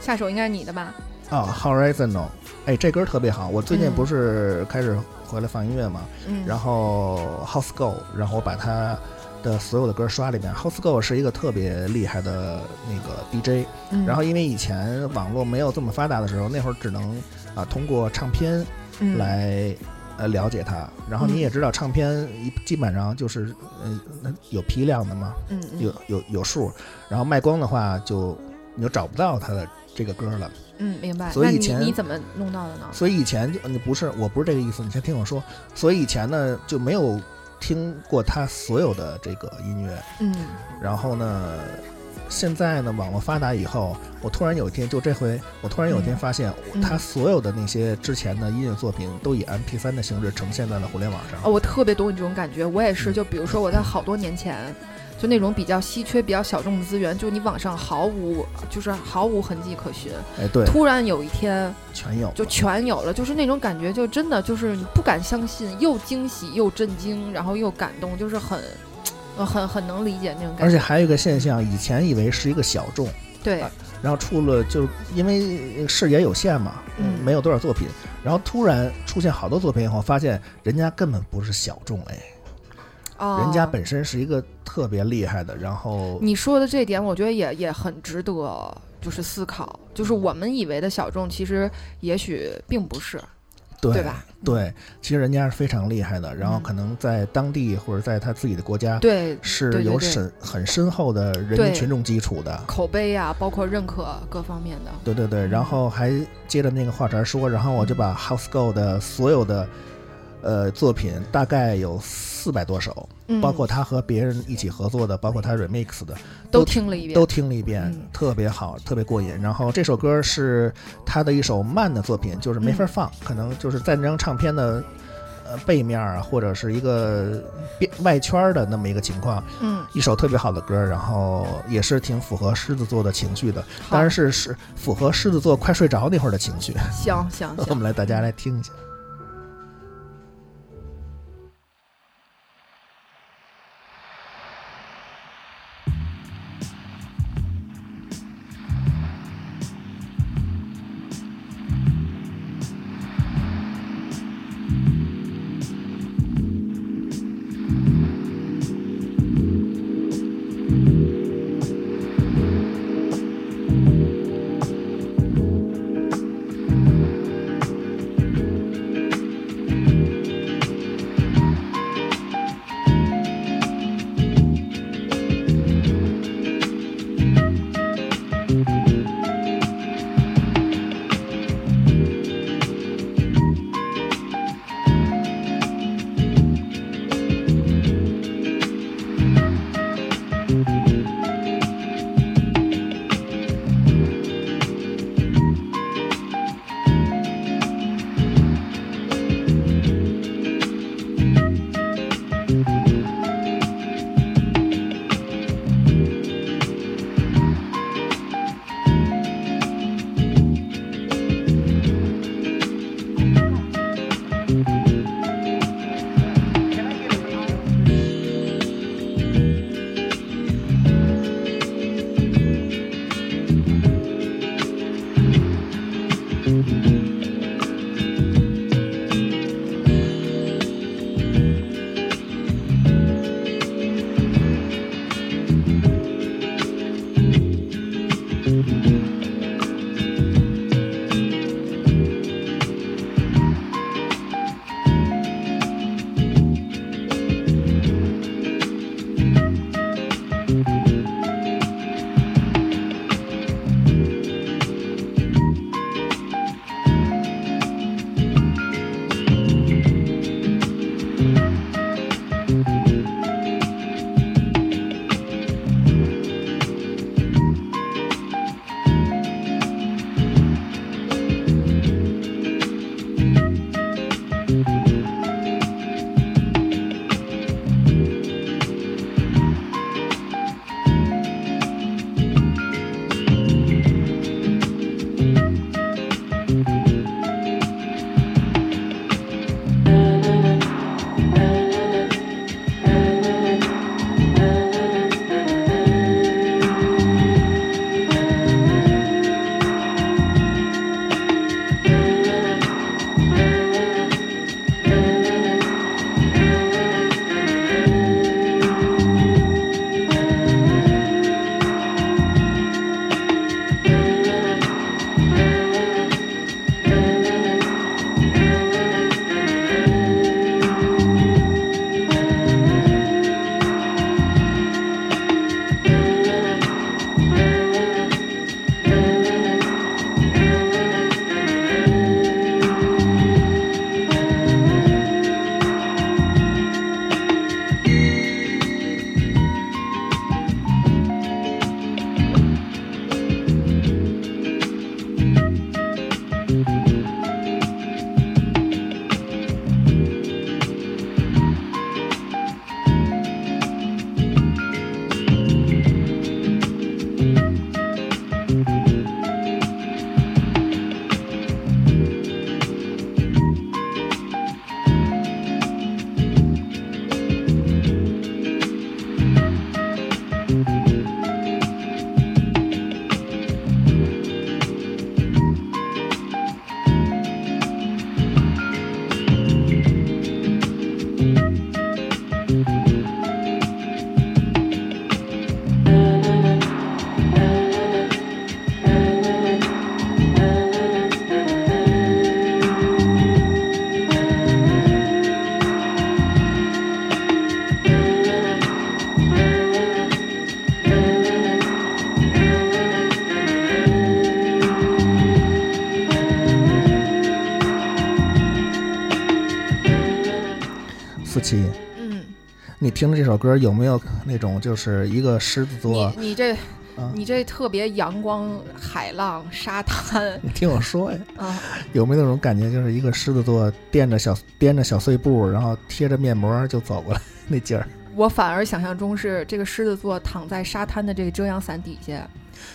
下首应该是你的吧？
哦，Horizontal，哎，这歌特别好。我最近
嗯
不是开始回来放音乐嘛，
嗯，
然后 House Go，然后我把他的所有的歌刷里面，House Go 是一个特别厉害的那个 DJ，
嗯
然后因为以前网络没有这么发达的时候，那会儿只能啊、通过唱片
嗯
来呃了解他。然后你也知道，唱片一基本上就是嗯、那有批量的嘛，
嗯嗯
有有有数，然后卖光的话就你就找不到他的这个歌了。
嗯，明白。
所以
那
以
你
前嗯
你怎么弄到的呢？
所以以前就你不是我不是这个意思，你先听我说。所以以前呢就没有听过他所有的这个音乐，
嗯
然后呢，现在呢网络发达以后，我突然有一天就这回，我突然有一天发现，
嗯
他所有的那些之前的音乐作品都以 MP3 的形式呈现在了互联网上。
哦，我特别懂你这种感觉，我也是。
嗯
就比如说我在好多年前，就那种比较稀缺、比较小众的资源，就你网上毫无，就是毫无痕迹可循。
哎，对，
突然有一天
全有了。
就全有了，就是那种感觉，就真的就是你不敢相信，又惊喜又震惊，然后又感动，就是很。呃很很能理解那种感
而
觉，
且还有一个现象，以前以为是一个小众，
对，
然后出了就是因为呃视野有限嘛，
嗯
没有多少作品，然后突然出现好多作品以后，发现人家根本不是小众，哎，
啊，
人家本身是一个特别厉害的，然后
你说的这点，我觉得也也很值得，就是思考。就是我们以为的小众，其实也许并不是，
对
对吧？嗯
对，其实人家是非常厉害的，然后可能在当地或者在他自己的国家
对
是
对对
有
对
深很深厚的人
对
民群众基础的。
口碑啊，包括认可各方面的。
对对对，然后还接着那个话茬说，然后我就把 House Go 的所有的呃作品大概有四百多首，
嗯，
包括他和别人一起合作的，包括他 remix 的，
都
都
听了一遍，
都听了一遍
嗯，
特别好，特别过瘾。然后这首歌是他的一首慢的作品，就是没法
嗯
放，可能就是在那张唱片的呃背面啊，或者是一个边外圈儿的那么一个情况。
嗯，
一首特别好的歌，然后也是挺符合狮子座的情绪的，
好
当然是是符合狮子座快睡着那会儿的情绪。
<laughs> 行行
我 <laughs>
行，
们来大家来听一下。
Thank
四期， <laughs>
嗯，
你听着这首歌有没有那种就是一个狮子座
你？你这
啊
你这特别阳光、海浪、沙
<laughs>
滩
你听我说呀，
啊，
有没有那种感觉，就是一个狮子座垫着小掂着小碎步，然后贴着面膜就走过来那劲儿？ <laughs>
我反而想象中是这个狮子座躺在沙滩的这个遮阳伞底下，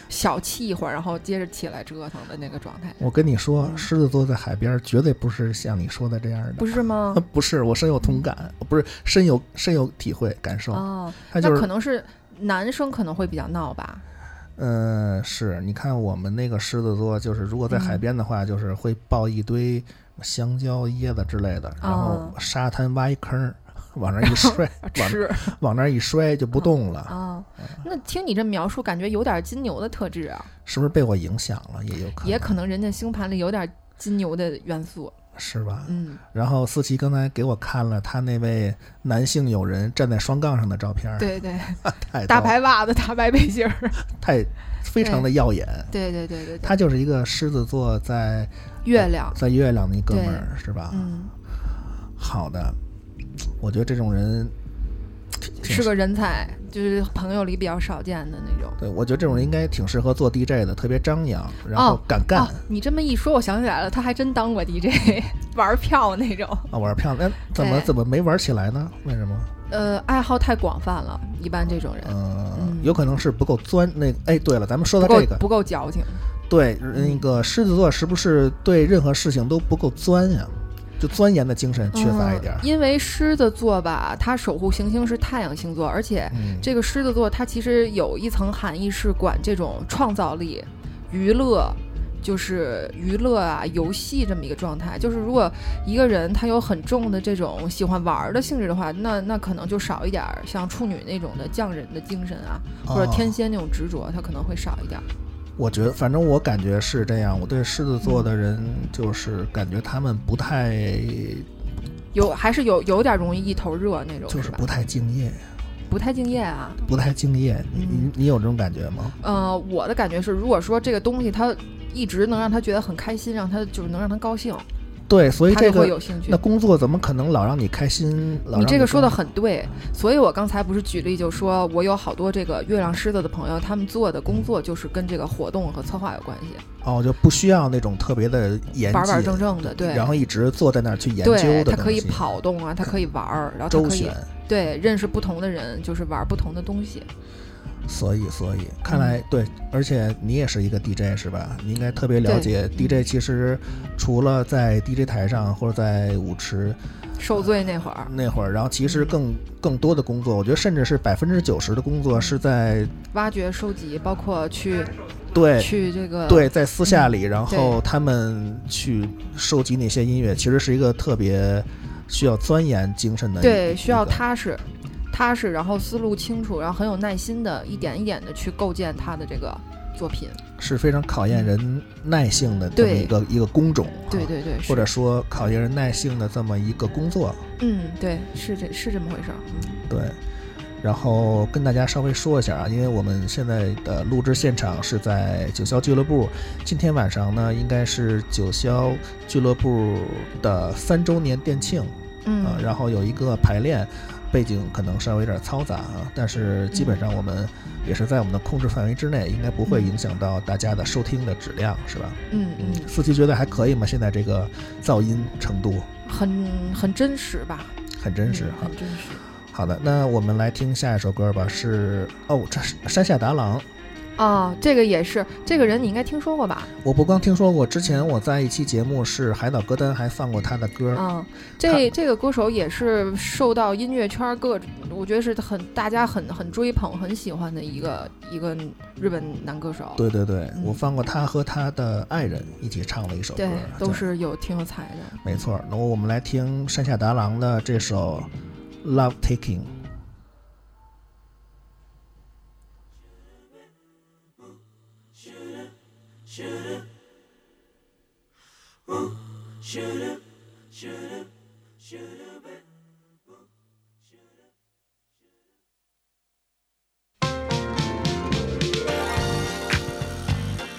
小憩一会儿，然后接着起来折腾的那个状态，
我跟你说，狮子座在海边绝对不是像你说的这样的，
不是吗？
<laughs> 不是，我深有同感，不是深有深有体会感受。
哦，
他就
那可
是，
能是男生可能会比较闹吧，
嗯、是你看我们那个狮子座，就是如果在海边的话，就是会抱一堆香蕉、椰子之类的，然后
哦
沙滩挖一坑儿，往那儿一摔，往
<laughs> 吃
往那儿一摔就不动了，
啊。
嗯
那听你这描述，感觉有点金牛的特质啊，
是不是被我影响了？也有可能，
也可能人家星盘里有点金牛的元素。
是吧？
嗯，
然后思琪刚才给我看了他那位男性友人站在双杠上的照片儿，
对对，
太逗
大
了
白袜子，大白背心
<laughs>
儿，
太非常的耀眼。
对对对对对，
他就是一个狮子座在
月亮，
在月亮那哥们儿是吧？
嗯，
好的，我觉得这种人挺
是个人才，就是朋友里比较少见的那种。
对，呃我觉得这种人应该挺适合做 DJ 的，特别张扬，然后
哦
敢干
哦，你这么一说，我想起来了，他还真当过 DJ，玩 <laughs> 票那
<laughs>
种。
啊，玩漂亮。哎，怎么
对
怎么没玩起来呢？为什么？
呃，爱好太广泛了，一般这种人
呃
嗯
有可能是不够钻。那哎，对了，咱们说
不
到
够
这个，
不够矫情。
对那个狮子座是不是对任何事情都不够钻呀、就钻研的精神缺乏一点儿
嗯。。因为狮子座吧，它守护行星是太阳星座，而且
嗯，
这个狮子座它其实有一层含义是管这种创造力、娱乐。就是娱乐啊，游戏这么一个状态。就是如果一个人他有很重的这种喜欢玩儿的性质的话，那那可能就少一点儿像处女那种的匠人的精神啊，或者
哦
天蝎那种执着，他可能会少一点儿。
我觉得，反正我感觉是这样。我对狮子座的人，就是感觉他们不太，
有还是有有点容易一头热那种，
就是
是吧
不？太敬业，
不太敬业啊。
不太敬业。你
嗯
你你有这种感觉吗？
呃，我的感觉是，如果说这个东西它一直能让他觉得很开心，让他就是能让他高兴，
对，所以
他
这
就会
个
有兴趣
那。工作怎么可能老让你开心？老让
你这个说的
高
很对，所以我刚才不是举例就说，我有好多这个月亮狮子的朋友，他们做的工作就是跟这个活动和策划有关系，
哦，就不需要那种特别的严谨，
板板正正的，对，
然后一直坐在那儿去研究的
对，
东西，
他可以跑动啊，他可以玩儿，然后他
周
可以
旋。
对认识不同的人，就是玩不同的东西。
所以，所以看来
嗯
对，而且你也是一个 DJ 是吧？你应该特别了解
嗯
DJ。其实除了在 DJ 台上或者在舞池
受罪那会儿，
那会儿，然后其实
嗯
更更多的工作，我觉得甚至是百分之九十的工作是在
挖掘、收集，包括去
对
去嗯这个
对在私下里，然后他们去收集那些音乐，其实是一个特别需要钻研精神的一，
对，
一
需要
个。
踏实、踏实，然后思路清楚，然后很有耐心的一点一点的去构建他的这个作品。
是非常考验人耐性的这么
对
一个一个工种，
对
啊，
对对，
或者
是
说考验人耐性的这么一个工作，
嗯，对，是这是这么回事儿。
对，然后跟大家稍微说一下啊，因为我们现在的录制现场是在九霄俱乐部，今天晚上呢应该是九霄俱乐部的三周年店庆
嗯，
啊、然后有一个排练。背景可能稍微有点嘈杂啊，但是基本上我们也是在我们的控制范围之内，应该不会影响到大家的收听的质量，是吧？
嗯嗯，
四期觉得还可以吗？现在这个噪音程度
很很真实吧？
嗯很真实
嗯
哈、
很真实。
好的，那我们来听下一首歌吧，是哦，这是山下达郎。
啊，这个也是，这个人你应该听说过吧？
我不光听说过，之前我在一期节目是海岛歌单还放过他的歌。
嗯，这这个歌手也是受到音乐圈各，我觉得是很大家很很追捧、很喜欢的一个一个日本男歌手。
对对对，
嗯
我放过他和他的爱人一起唱了一首歌
对，，都
对
是有挺有才的。
没错。那我们来听山下达郎的这首《Love Taking》。
「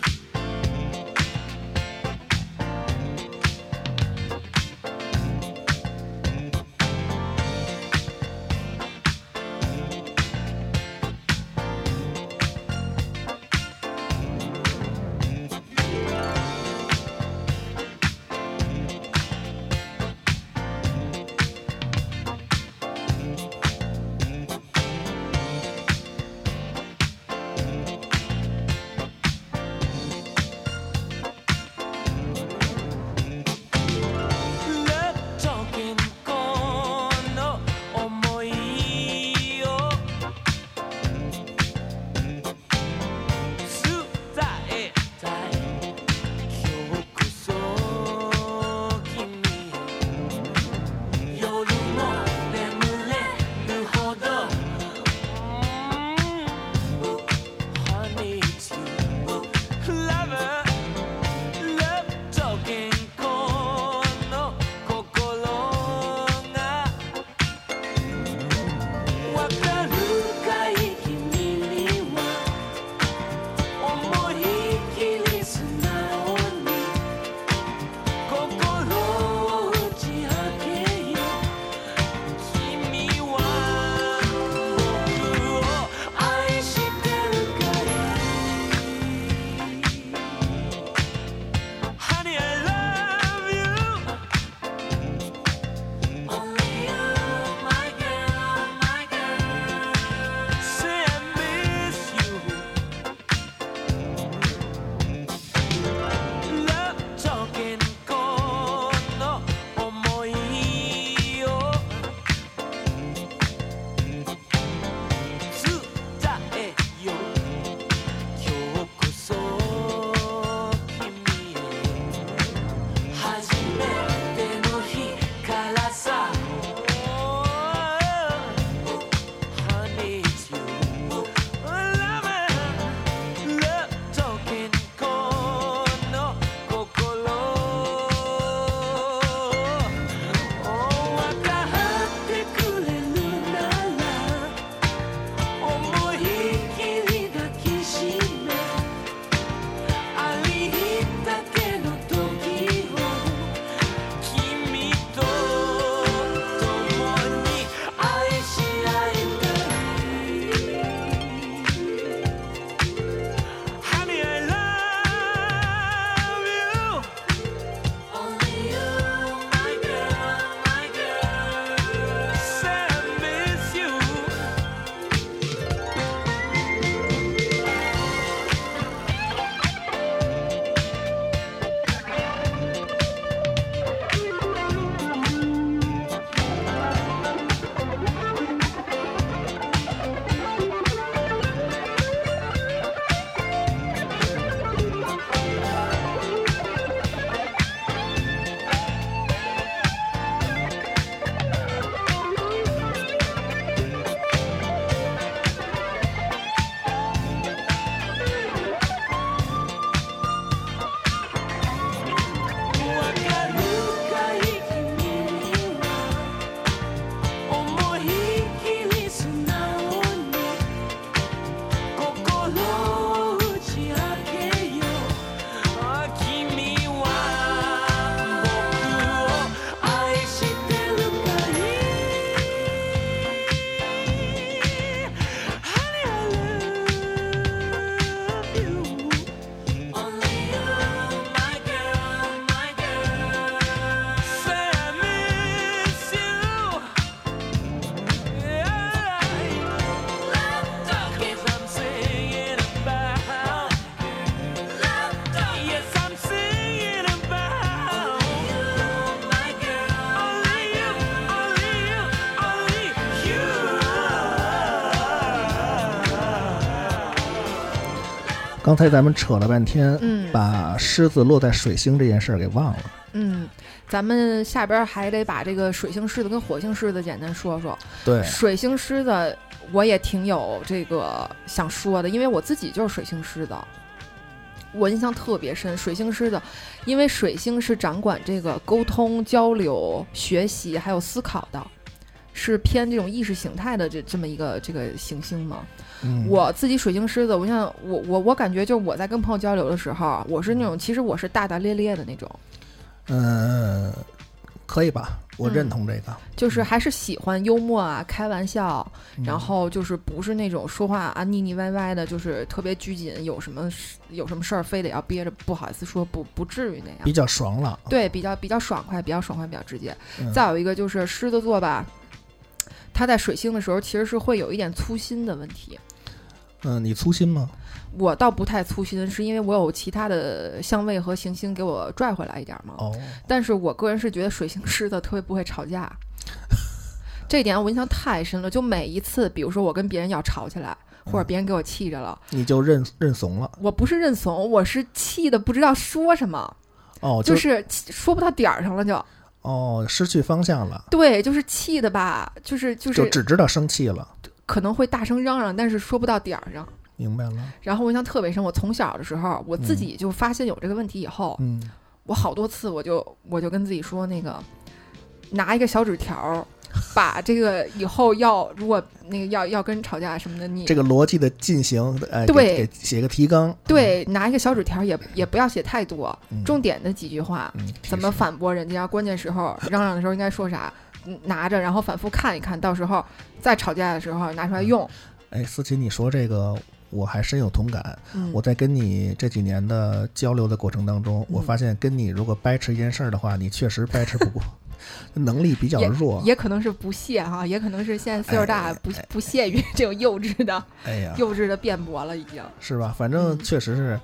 刚才咱们扯了半天，
嗯
把狮子落在水星这件事儿给忘了。
嗯，咱们下边还得把这个水星狮子跟火星狮子简单说说。
对啊
水星狮子我也挺有这个想说的，因为我自己就是水星狮子，我印象特别深。水星狮子，因为水星是掌管这个沟通、交流、学习还有思考的，是偏这种意识形态的这这么一个这个行星嘛。
嗯、
我自己水星狮子，我像我我我感觉就是我在跟朋友交流的时候，啊我是那种其实我是大大咧咧的那种，
嗯、可以吧？我
嗯
认同这个。
就是还是喜欢幽默啊、开玩笑，
嗯
然后就是不是那种说话啊腻腻歪歪的，就是特别拘谨，有什么事有什么事儿非得要憋着不好意思说，不不至于那
比
样。
较爽朗。
对，比较比较爽快，比较爽快，比较直接。
嗯
再有一个就是狮子座吧，它在水星的时候其实是会有一点粗心的问题。
嗯、你粗心吗？
我倒不太粗心，是因为我有其他的相位和行星给我拽回来一点儿嘛。
哦，
但是我个人是觉得水星狮子特别不会吵 <laughs> 架，这一点我印象太深了。就每一次，比如说我跟别人要吵起来，或者别人给我气着了，
你就认认怂了。
我不是认怂，我是气的不知道说什么，
哦，、
就是是气说不到点儿上了就，
哦，失去方向了，
对，就是气的吧，就是就
就是只知道生气了。
可能会大声嚷嚷，但是说不到点儿上。
明白了。
然后我印象特别深，我从小的时候，我自己就发现有这个问题以后，
嗯，
我好多次我就我就跟自己说，那个拿一个小纸条儿，把这个以后要如果那个要要跟人吵架什么的，你
这个逻辑的进行，哎，给
对
给写个提纲。
对拿一个小纸条儿也也不要写太多，
嗯，
重点的几句话，
嗯，提
怎么
示
反驳人家，关键时候嚷嚷的时候应该说啥。嗯拿着，然后反复看一看，到时候再吵架的时候拿出来用。
哎，思琪，你说这个我还深有同感。
嗯，
我在跟你这几年的交流的过程当中，我
嗯
发现跟你如果掰扯一件事儿的话，你确实掰扯不
<laughs>
过，能力比较弱。
也可能是不屑哈、也可能是现在岁数大，
哎
不不屑于 <laughs> 这种幼稚的、
哎呀，
幼稚的辩驳了，已经。
是吧？反正
嗯
确实是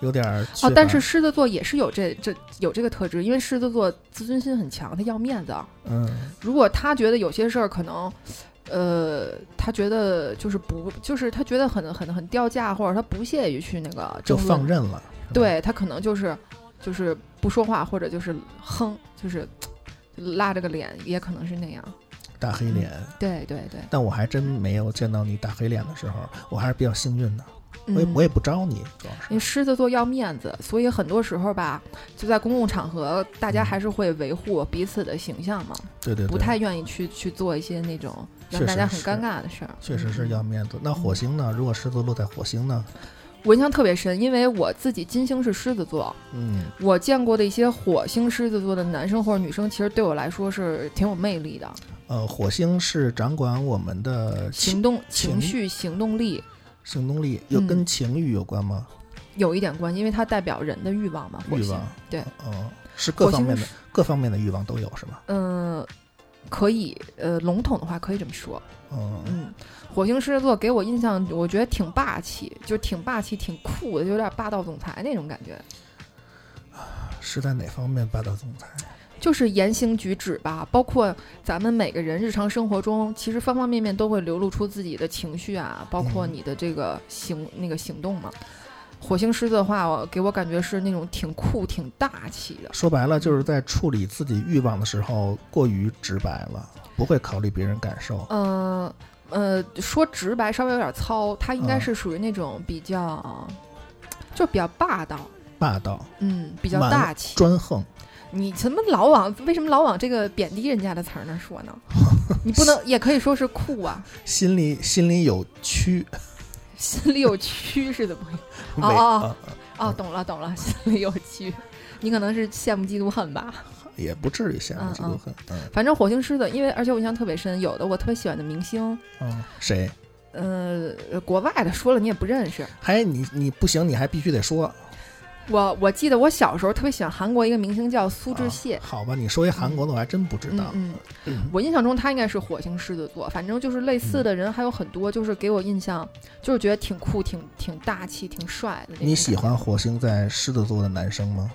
有点儿缺
哦
乏，
但是狮子座也是有这这有这个特质，因为狮子座自尊心很强，他要面子。
嗯，
如果他觉得有些事儿可能，呃，他觉得就是不就是他觉得很很很掉价，或者他不屑于去那个
就
争论
放，任了。是吧，
对他可能就是就是不说话，或者就是哼，就是拉着个脸，也可能是那样。
大黑脸。
对对对，
但我还真没有见到你大黑脸的时候，我还是比较幸运的。
嗯、
我也我也不招你，主要是
因为狮子座要面子，所以很多时候吧，就在公共场合，大
嗯
家还是会维护彼此的形象嘛。
对对对，
不太愿意去去做一些那种让
确
大家
实
很尴
是
尬的事儿。
确实是
嗯
要面子。那火星呢？如果狮子落在火星呢？
我印象特别深，因为我自己金星是狮子座，
嗯，
我见过的一些火星狮子座的男生或者女生，其实对我来说是挺有魅力的，
呃，火星是掌管我们的
行动、
情
情绪、行动力
行动力，有
嗯
跟情欲有关吗？
有一点关系，因为它代表人的欲望嘛。火
欲
星
望，
对，
哦，是各
火
方
星
面的
是
各方面的欲望都有是吗？
嗯、可以，呃，笼统的话可以这么说，
嗯，
嗯，火星狮子座给我印象，我觉得挺霸气，就挺霸气、挺酷的，有点霸道总裁那种感觉。
是在哪方面霸道总裁？
就是言行举止吧，包括咱们每个人日常生活中，其实方方面面都会流露出自己的情绪啊，包括
嗯
你的这个行、那个行动嘛。火星狮子的话，我给我感觉是那种挺酷、挺大气的。
说白了就是在处理自己欲望的时候过于直白了，不会考虑别人感受。
嗯呃说直白稍微有点糙，它应该
嗯
是属于那种比较，就比较霸道，
霸道、
嗯，比较
蛮
大气。
专横，
你怎么老往为什么老往这个贬低人家的词儿那儿说呢？你不能也可以说是酷啊，
心里心里有屈，
心里有屈是怎么回事？
委
哦哦
啊
哦，
嗯
懂了懂了，心里有趣。你可能是羡慕嫉妒恨吧？
也不至于羡慕
嗯
嫉妒恨。嗯
反正火星狮子，因为而且我印象特别深，有的我特别喜欢的明星，
嗯，谁？
呃，国外的说了你也不认识。
还哎你你不行，你还必须得说啊
我我记得我小时候特别喜欢韩国一个明星叫苏志燮
啊。好吧，你说一韩国的，我还真不知
嗯
道。
嗯，
嗯
我印象中他应该是火星狮子座，反正就是类似的人还有很多，就是给我印象就是觉得挺酷、挺挺大气、挺帅的那种。
你喜？欢火星在狮子座的男生吗？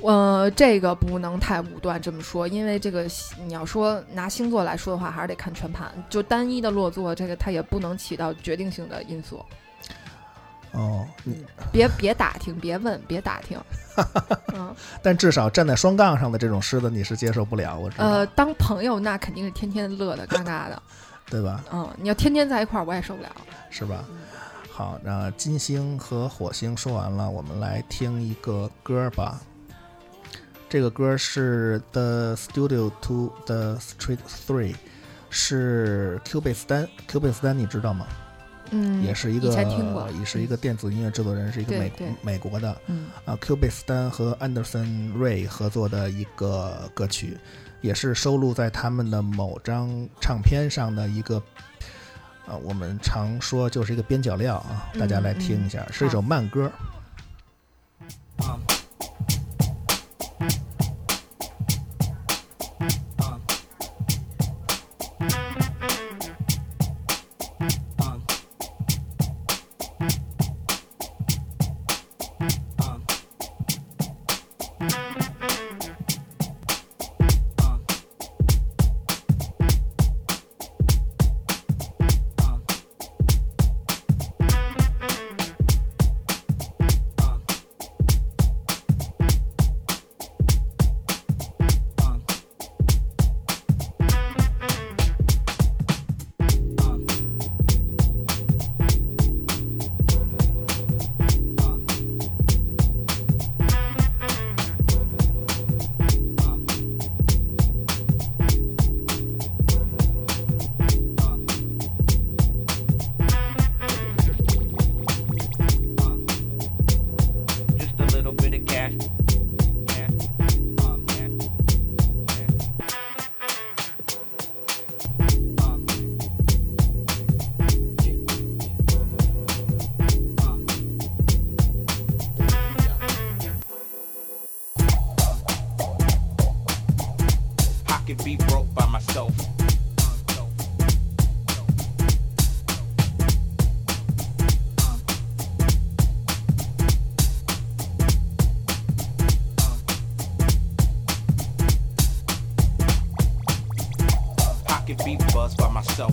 呃，这个不能太武断这么说，因为这个你要说拿星座来说的话，还是得看全盘。就单一的落座，这个它也不能起到决定性的因素。
哦，你
别别打听，别问，别打
<laughs>
听。嗯，
但至少站在双杠上的这种狮子，你是接受不了，我知道，
呃，当朋友那肯定是天天乐的嘎嘎的。
对吧？
嗯，你要天天在一块儿，我也受不了。
是吧？好，那金星和火星说完了，我们来听一个歌儿吧。这个歌儿是 The Studio to the Street Three，是 Q 贝斯丹。Q 贝斯丹你知道吗？
嗯，
也是一个
以前听过，
也是一个电子音乐制作人，是一个
对
美
对
美国的。
嗯，
啊，Q 贝斯丹和 Anderson Ray 合作的一个歌曲，也是收录在他们的某张唱片上的一个，啊，我们常说就是一个边角料啊，大家
嗯
来听一下，是一首慢歌。
just a little bit of cash. Cash. Uh, cash. Cash. Uh. Uh. I could be broke by myself. I could be buzzed by myself.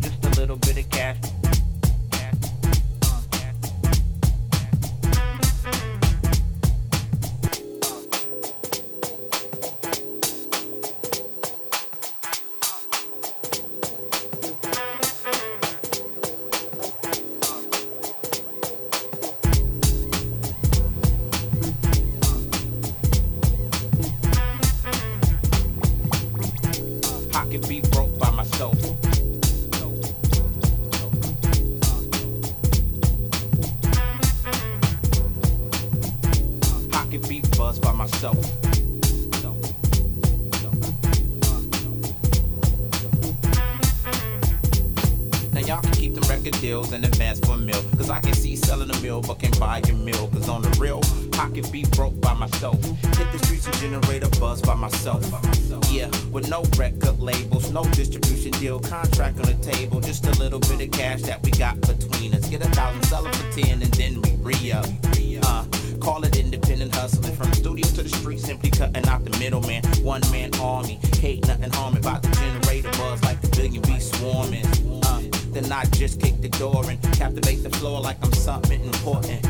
Just a little bit of cash. Cash. Uh, cash. I could be broke by myself. I could be buzzed by myself. Now y'all can keep them record deals and advance for a meal. Cause I can see selling a meal, but can't buy a meal. Cause on the real, I can be broke by myself. Hit the streets and generate a buzz by myself. Yeah, with no record labels, no distribution deal, contract on the table. Just a little bit of cash that we got between us. Get a thousand, sell it for ten, and then we re up. Uh, call it independent hustling from the studio to the street, simply cutting out the middleman. One man army, hate nothing harming. About to generate a buzz like the billion be swarming. Uh, then I just kick the door and captivate the floor like I'm something important.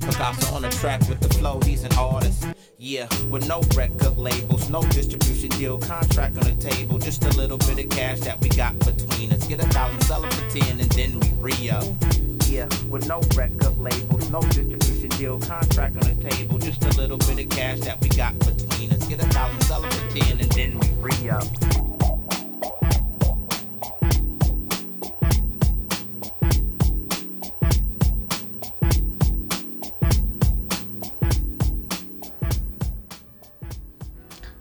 Picasso on the track with the flow, he's an artist. Yeah, with no record labels, no distribution deal, contract on the table, just a little bit of cash that we got between us. Get a thousand, sell it for ten, and then we re up. Yeah, with no record labels, no distribution deal, contract on the table, just a little bit of cash that we got between us. Get a thousand, sell it for ten, and then we re up.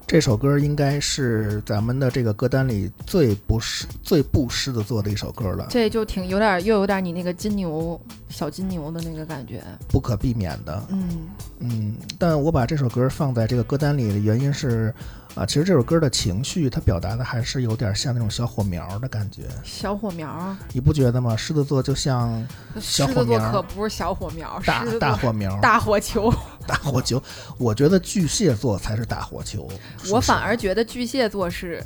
这首歌应该是咱们的这个歌单里最不狮、最不狮子座的一首歌了，
这就挺有点，又有点你那个金牛小金牛的那个感觉。
不可避免的。
嗯
嗯，但我把这首歌放在这个歌单里的原因是，啊，其实这首歌的情绪它表达的还是有点像那种小火苗的感觉，
小火苗儿，
你不觉得吗？狮子座就像
狮
小火
子座
苗儿
可不是小火苗儿，
大
狮子
大
座
火苗， <laughs>
大火球。
大火球。我觉得巨蟹座才是大火球。
我
说实
反而觉得巨蟹座是。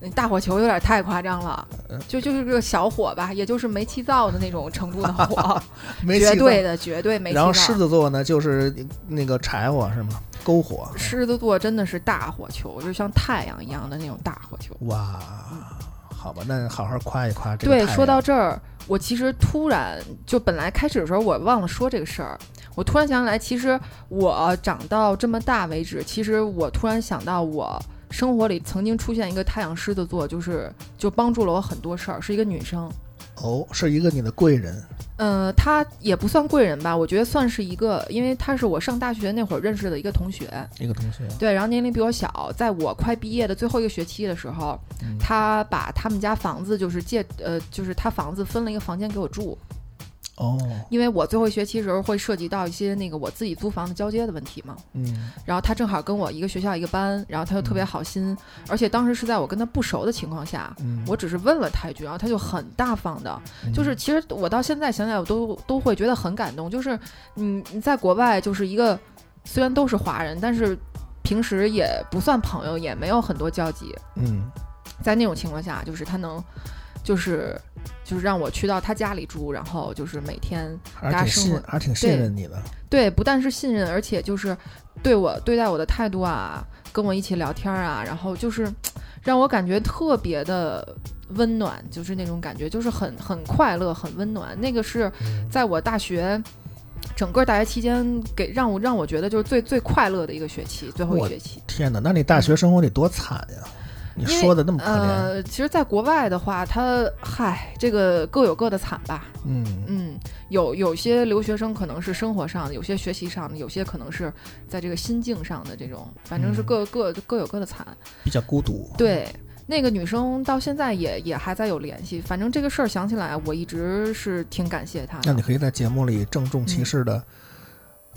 嗯大火球有点太夸张了，
嗯
就就是个小火吧，也就是煤气灶的那种程度
<laughs>
的火，
没
绝
气
对
氛
的，绝对煤气啊
然后
灶。
狮子座呢，就是那个柴火是吗？篝火。
狮子座真的是大火球，就像太阳一样的那种大火球。
哇，好吧，那好好夸一夸这个太
对，
阳。
说到这儿，我其实突然就本来开始的时候我忘了说这个事儿，我突然想起来，其实我长到这么大为止，其实我突然想到我。生活里曾经出现一个太阳狮子座，就是就帮助了我很多事儿，是一个女生。
哦，是一个你的贵人，
呃，她也不算贵人吧，我觉得算是一个，因为她是我上大学那会儿认识的一个同学。
一个同学。
对，然后年龄比我小，在我快毕业的最后一个学期的时候，
嗯
他把他们家房子就是借呃，就是他房子分了一个房间给我住，
哦，
因为我最后一学期时候会涉及到一些那个我自己租房的交接的问题嘛。
嗯，
然后他正好跟我一个学校一个班，然后他就特别好心，而且当时是在我跟他不熟的情况下。
嗯
我只是问了他一句，然后他就很大方的，就是其实我到现在想起来，我都都会觉得很感动。就是你你在国外就是一个虽然都是华人，但是平时也不算朋友，也没有很多交集。
嗯，
在那种情况下，就是他能，就是就是让我去到他家里住，然后就是每天
还
大家
挺
生
信
活，
还挺信
对
任你的。
对，不但是信任，而且就是对我对待我的态度啊，跟我一起聊天啊，然后就是让我感觉特别的温暖，就是那种感觉，就是很很快乐，很温暖。那个是
嗯
在我大学。整个大学期间给让我让我觉得就是最最快乐的一个学期，最后一
我
学期。
天哪，那你大学生活得多惨呀！你
因为
说的那么可怜，
呃，其实，在国外的话，他嗨，这个各有各的惨吧。
嗯，
嗯，有有些留学生可能是生活上的，有些学习上的，有些可能是在这个心境上的这种，反正是
嗯
各、各各有各的惨。
比较孤独。
对，那个女生到现在也也还在有联系，反正这个事儿想起来，我一直是挺感谢她
那
的
你。可以在节目里郑重其事
嗯
的、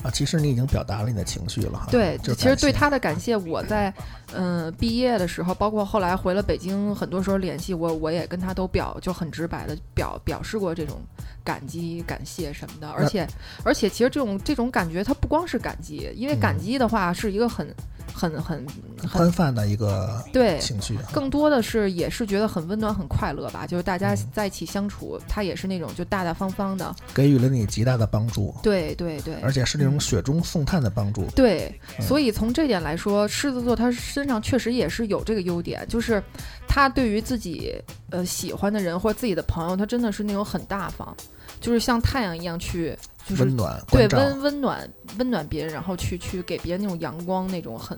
啊，其实你已经表达了你的情绪了哈。
对，
啊就
其实
感谢
对她的感谢，我在嗯、呃毕业的时候，包括后来回了北京，很多时候联系我，我也跟她都表就很直白的表表示过这种感激、感谢什么的。而
那
且而且，其实这种这种感觉，它不光是感激，因为感
嗯
激的话是一个很很很很
宽泛的一个
对。
情绪。啊
更多的是也是觉得很温暖、很快乐吧，就是大家
嗯
在一起相处，她也是那种就大大方方的，
给予了你极大的帮助，
对对对，嗯
而且是那种雪中送炭的帮助。
对，
嗯
所以从这点来说，狮子座他身上确实也是有这个优点，就是他对于自己呃喜欢的人或者自己的朋友，他真的是那种很大方，就是像太阳一样去，就是
温暖、
对
关照，
温温暖温暖别人，然后去去给别人那种阳光那种很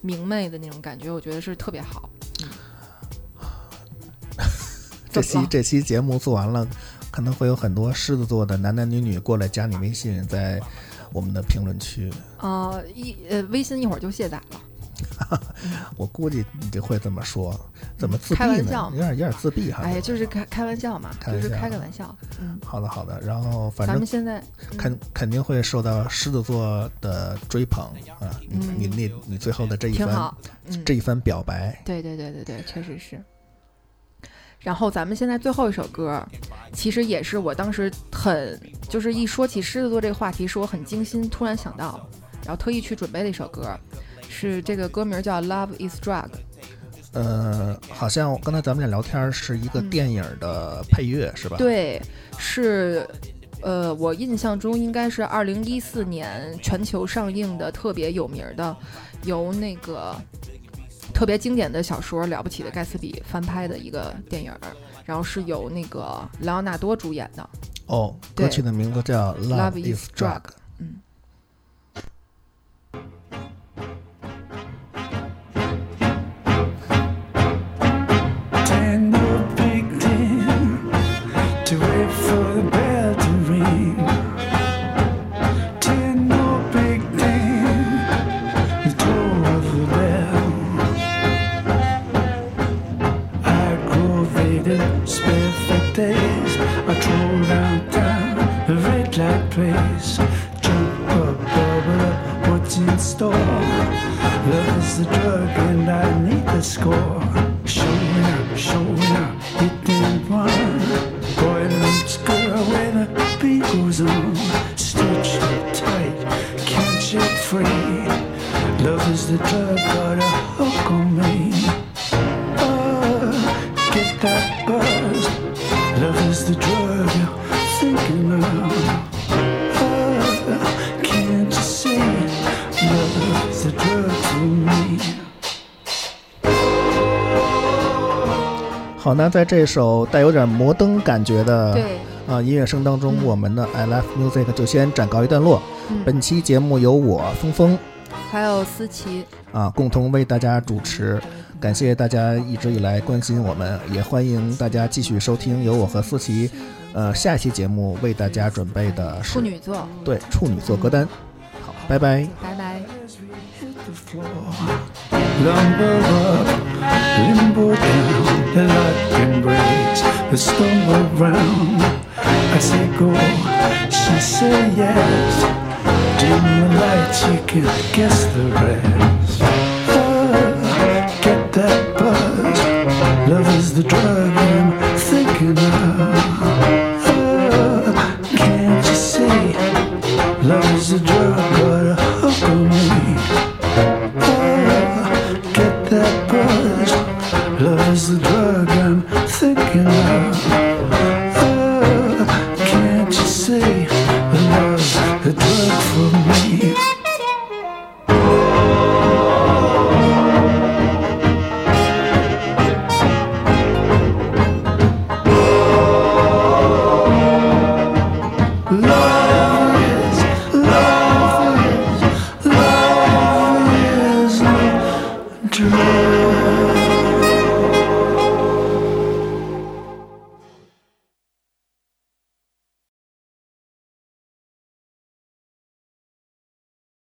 明媚的那种感觉，我觉得是特别好。嗯
<laughs> 这
怎么
期
了
这期节目做完了，可能会有很多狮子座的男男女女过来加你微信，在我们的评论区，
呃，一呃，微信一会儿就卸载了。
我估计你就会这么说，怎么自闭
开玩
呢
笑？
有点有点自闭哈。
哎，就是开开玩笑嘛，
开
就
玩
是
笑
开个玩笑。嗯，
好的好的，然后反
咱
正
们现在
肯肯定会受到狮子座的追捧啊，你
嗯
你你你最后的这一
挺
番
好。嗯，
这一番表白，
对对对对对，确实是。然后咱们现在最后一首歌，其实也是我当时很，就是一说起狮子座这个话题，是我很精心突然想到，然后特意去准备的一首歌，是这个歌名叫《Love Is Drug》。
呃，好像刚才咱们俩聊天是一个
嗯
电影的配乐是吧？，
对，是，呃，我印象中应该是二零一四年全球上映的特别有名儿的，由那个特别经典的小说《了不起的盖茨比》翻拍的一个电影儿，然后是由那个莱昂纳多主演的。
哦，
对
歌曲的名字叫《
Love
Love
is
Is
Drug
Drug》。
tender victim to wait for the bell to ring. Tender victim, the toll of the bell. Aggravated, spent the days. I troll downtown, the red light place. Jump up, bubble up, what's in store? Love is the drug and I need the score. Showing up, showing up, hitting one. Boy looks good where the beat goes on. Stitch it tight, catch it a drug, got a hook on me. Oh, get that buzz. Love is the drug you're thinking of. Oh, can't you see? Love is the drug to me.
好，那在这首带有点摩登感觉的
对，
啊、音乐声当中，
嗯
我们的 I Love Music 就先暂告一段落。
嗯
本期节目由我峰峰
还有思琪，
啊共同为大家主持，感谢大家一直以来关心我们，也欢迎大家继续收听由我和思琪，呃下期节目为大家准备的是
处女座，
对处女座歌单。好，拜拜。
拜拜。
the floor. Lumber up, limbo down, the light embrace, the stumble round. I say go, she say yes. Dim the lights, you can guess the rest. Oh, get that buzz. Love is the drug I'm thinking of. Uh,